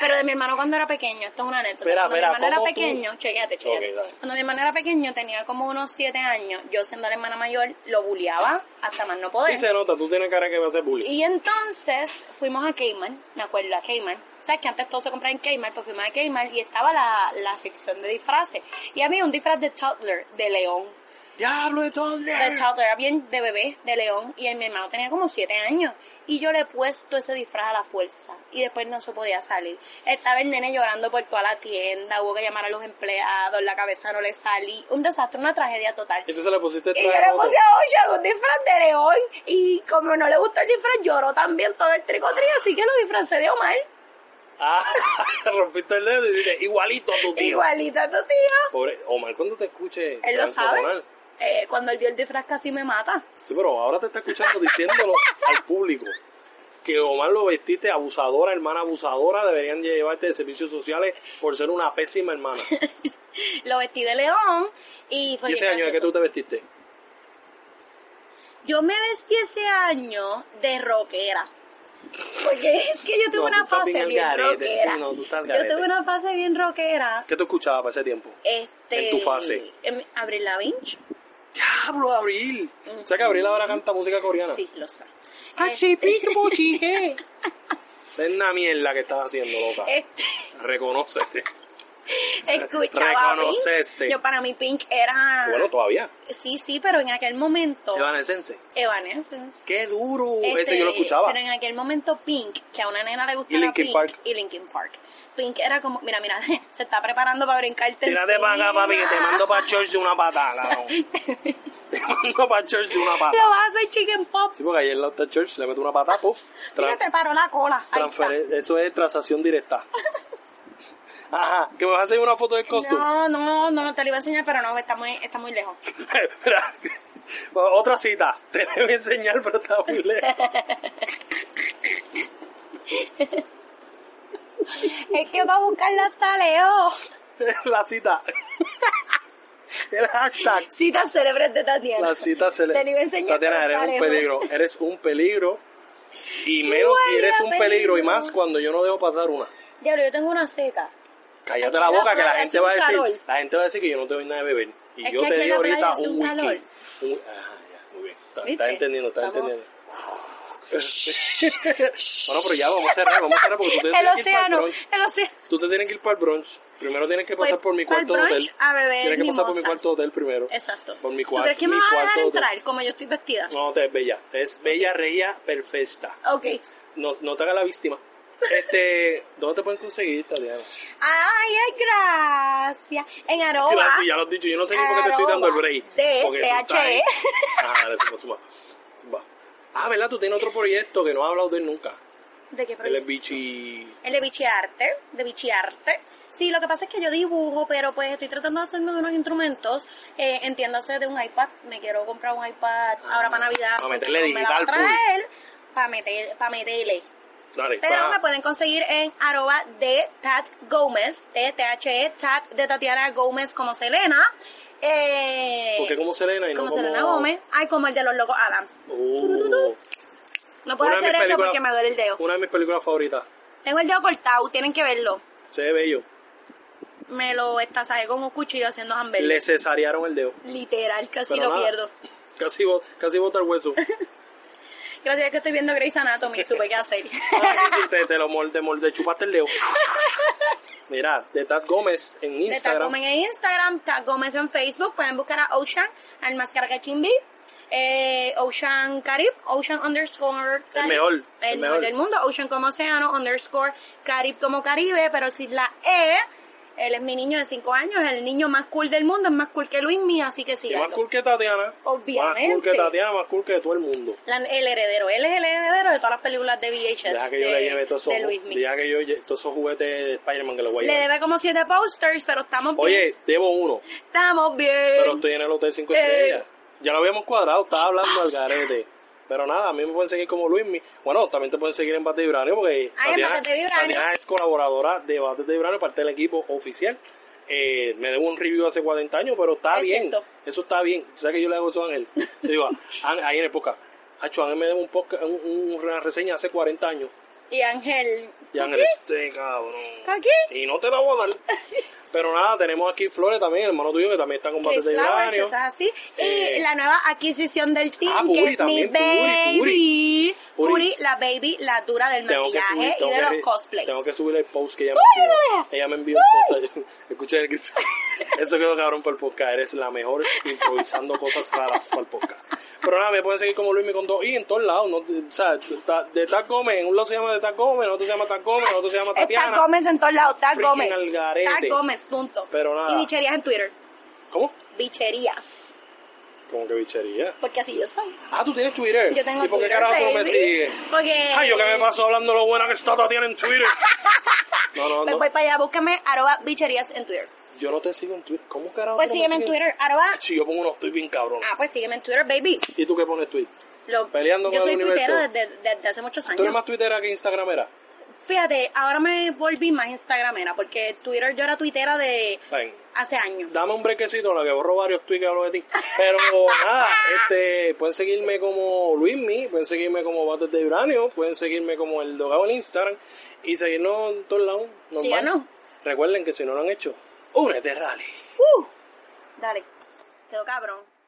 pero de mi hermano cuando era pequeño. Esto es una anécdota. Espera, cuando espera, mi hermano ¿cómo era tú? pequeño, chequéate, chequéate. Ok, dale. cuando mi hermano era pequeño, tenía como unos siete años. Yo siendo la hermana mayor, lo bulleaba hasta más no poder. Sí se nota, tú tienes cara que va a ser bullying. Y entonces fuimos a Kmart, me acuerdo, a Kmart. ¿Sabes que antes todo se compraba en Kmart? Pues fuimos a Kmart y estaba la, la sección de disfraces. Y había un disfraz de toddler, de león. ¡Diablo de todo! De toddler, había un- de bebé, de león. Y mi hermano tenía como siete años. Y yo le he puesto ese disfraz a la fuerza. Y después no se podía salir. Estaba el nene llorando por toda la tienda. Hubo que llamar a los empleados. La cabeza no le salí. Un desastre, una tragedia total. Y tú se le pusiste Y traje yo le roto. puse a Ocean un disfraz de león y como no le gustó el disfraz lloró también todo el tricotri, así que lo disfracé de Omar. Ah, rompiste el dedo y dices, igualito a tu tío. Igualita a tu tío. Pobre, Omar, cuando te escuche. Él te lo va a encojonar. sabe. Eh, cuando él vio el disfraz casi me mata. Sí, pero ahora te está escuchando diciéndolo al público. Que Omar lo vestiste abusadora, hermana abusadora, deberían llevarte de servicios sociales por ser una pésima hermana. Lo vestí de león y fue ¿Y ese bien año de que tú gracioso. te vestiste? Yo me vestí ese año de rockera. Porque es que yo tuve No, tú una estás fase bien al bien, garete, rockera. sí, no, tú estás al yo garete. tuve una fase bien rockera. ¿Qué tú escuchabas para ese tiempo? Este, En tu fase. en- Abril Lavigne. ¡Diablo, Abril! Ah, O sea que Abril ahora canta música coreana. Sí, Eh, lo sé. Esa es una mierda que estás haciendo, loca. Este, Reconócete. escuchaba a Pink. Reconoceste. Yo para mí Pink era Bueno, todavía. sí, sí, pero en aquel momento Evanescence. Evanescence. ¡Qué duro! Este, ese yo lo escuchaba. Pero en aquel momento Pink, que a una nena le gustaba Y Linkin Pink Park. y Linkin Park. Pink era como, mira, mira, se está preparando para brincarte Tírate encima. para acá, papi, que te mando para church de una patada. cabrón. te mando para church de una patada. Lo vas a hacer chicken pop. Sí, porque ayer en la otra church le meto una patada, puff. tra- Mira, te paró la cola. Ahí está. transfer- Eso es transacción directa. Ajá, que me vas a hacer una foto del costume. No, no, no, te lo iba a enseñar, pero no, está muy, está muy lejos. Espera. Otra cita. Te debo enseñar, pero está muy lejos. Es que va a buscarla hasta lejos. la cita. El hashtag. Citas célebres de Tatiana. La cita se le. Te lo iba a enseñar, Tatiana, pero eres está un lejos. peligro. Eres un peligro. Y menos, y Guarda, eres un peligro. Y peligro. más cuando yo no dejo pasar una. Diablo, yo tengo una seca. Cállate Aquí la en la boca que la playa gente hace un va a decir, calor. la gente va a decir que yo no te doy nada de beber. Y Es yo que te aquí en di la playa ahorita hace un un whisky. calor. Un- ah, ya, muy bien. Está- Estás ¿Viste? entendiendo, estás Estamos- entendiendo. bueno, pero ya vamos a cerrar, vamos a cerrar porque tú te El tienes que ir para el océano, brunch. el océano. Tú te tienes que ir para el brunch. Primero tienes que pasar Pues, por mi para el cuarto de hotel. brunch a beber tienes que pasar por mi mimosas. cuarto de hotel primero. Exacto. Por mi ¿Tú cuarto. crees que me mi vas a dejar cuarto de hotel. entrar como yo estoy vestida? No, te es bella. Es bella, regia, perfecta. Ok. No, no te hagas la víctima. Este, ¿dónde te pueden conseguir, Tatiana? Ay, ay, gracias. En arroba. Gracias, ya lo has dicho. Yo no sé ni por qué te estoy dando el break. De E. Porque tú estás THE. ahí. Ah, dale, suma, suma, suma. Ah, ¿verdad? Tú tienes otro proyecto que no has hablado de él nunca. ¿De qué El es proyecto? bichi. El de bichearte, de bichearte. Sí, lo que pasa es que yo dibujo, pero pues estoy tratando de hacerme unos instrumentos. Eh, entiéndase de un iPad. Me quiero comprar un iPad ahora para Navidad. Ah, Para meterle porque no me la va a digital full. traer, Para meter, para meterle. Dale, Pero pa. me pueden conseguir en arroba de Tat Gómez, t t e Tat de Tatiana Gómez como Selena. Eh, Porque como Selena y como no como. Selena Gómez. Ay, como el de los locos Adams. Oh. No puedo Una de hacer mis eso películas- porque me duele el dedo. Una de mis películas favoritas. Tengo el dedo cortado, tienen que verlo. Se ve bello. Me lo estasajé con un cuchillo haciendo hamburguesas. Le cesarearon el dedo. Literal, casi Pero lo nada. pierdo. Casi, bo- casi bota el hueso. Gracias a que estoy viendo Grey's Anatomy, supe qué hacer. Ah, ¿qué hiciste? Te lo molde, molde, chupaste el dedo. Mira, de Tad Gómez en De Tag Instagram. Gómez en Instagram, Tag Gómez en Facebook. Pueden buscar a Ocean, al Máscara Cachimbi, eh, Ocean Carib, Ocean underscore Carib. mejor, El, el mejor, mejor. del mundo. Ocean como océano, underscore Carib como Caribe, pero si la E. Él es mi niño de 5 años, el niño más cool del mundo, es más cool que Luis Mía, así que sí. Y más cool que Tatiana. Obviamente. Más cool que Tatiana, más cool que todo el mundo. el heredero, él es el heredero de todas las películas de VHS Deja que de, yo le lleve todos esos, de Luis Mía. deja que yo lle- todos esos juguetes de Spider-Man que le voy a Le llevar. debe como siete posters, pero estamos bien. Oye, debo uno, Estamos bien. pero estoy en el Hotel 5 Eh. Ah, Estrellas. Ya lo habíamos cuadrado, estaba hablando al garete. Pero nada, a mí me pueden seguir como Luismi. Bueno, también te pueden seguir en Bate de Vibranio porque Ay, en Bate de Vibranio. Tatiana es colaboradora de Bate de Vibranio, parte del equipo oficial. Eh, me debo un review hace 40 años, pero está Es bien. cierto. Eso está bien. O sea que yo le hago eso a Ángel. Le digo, "Ah, Ángel, ahí en el podcast. Hacho, Ángel me debo un podcast, un- un- una reseña hace 40 años. Y Ángel. Y Ángel, este cabrón. ¿Aquí? Y no te la voy a dar. Pero nada, tenemos aquí Flores también, hermano tuyo, que también está con Bate Chris de Flowers, Vibranio. eso es así. Eh, Y la nueva adquisición del team, ah, Puri que es mi también, Puri, baby. Puri. Puri. Puri. la baby, la dura del Tengo que subir, maquillaje tengo y de que los re- cosplays. Tengo que subir el post que ella me ¡Uy, envió. mira! Ella me envió un post. Escuché el grito. Eso quedó cabrón por el podcast. Eres la mejor improvisando cosas raras para el podcast. Pero nada, me pueden seguir como Luis me contó. Y en todos lados. No, o sea, ta- de Tac Gómez. En un lado se llama de Tac Gómez, en otro se llama Tac Gómez, en otro se llama Está Tatiana. Gómez en todos lados, está Freaking Gómez. al garete. Está Gómez, punto. Pero nada. Y bicherías en Twitter. ¿Cómo? Bicherías. Como que bichería. Porque así yo soy. Ah, tú tienes Twitter. Yo tengo ¿Y por qué Twitter, carajo tú no me baby. sigues? Porque. Ay, yo que me paso hablando lo buena que está Tatiana en Twitter. No, no, Me no. pues voy para allá, búscame arroba bicherías en Twitter. Yo no te sigo en Twitter. ¿Cómo carajo? Pues tú no me sígueme en sigues? Twitter, arroba. Si yo pongo unos tweets bien cabrones. Ah, pues sígueme en Twitter, baby. ¿Y tú qué pones tweet? Lo- Peleando yo con el soy tuitero universo. desde, desde hace muchos ¿Tú eres años. más tuitera que instagramera? Fíjate, ahora me volví más instagramera, porque Twitter yo era tuitera de Está bien. hace años. Dame un brequecito, la que borro varios tweets que hablo de ti. Pero nada, este, pueden seguirme como Luismi, pueden seguirme como Bates de Uranio, pueden seguirme como El Dogado en Instagram y seguirnos en todos lados. normal. Síganos. Recuerden que si no lo han hecho, únete, Rally. ¡Uh! Dale, quedó cabrón.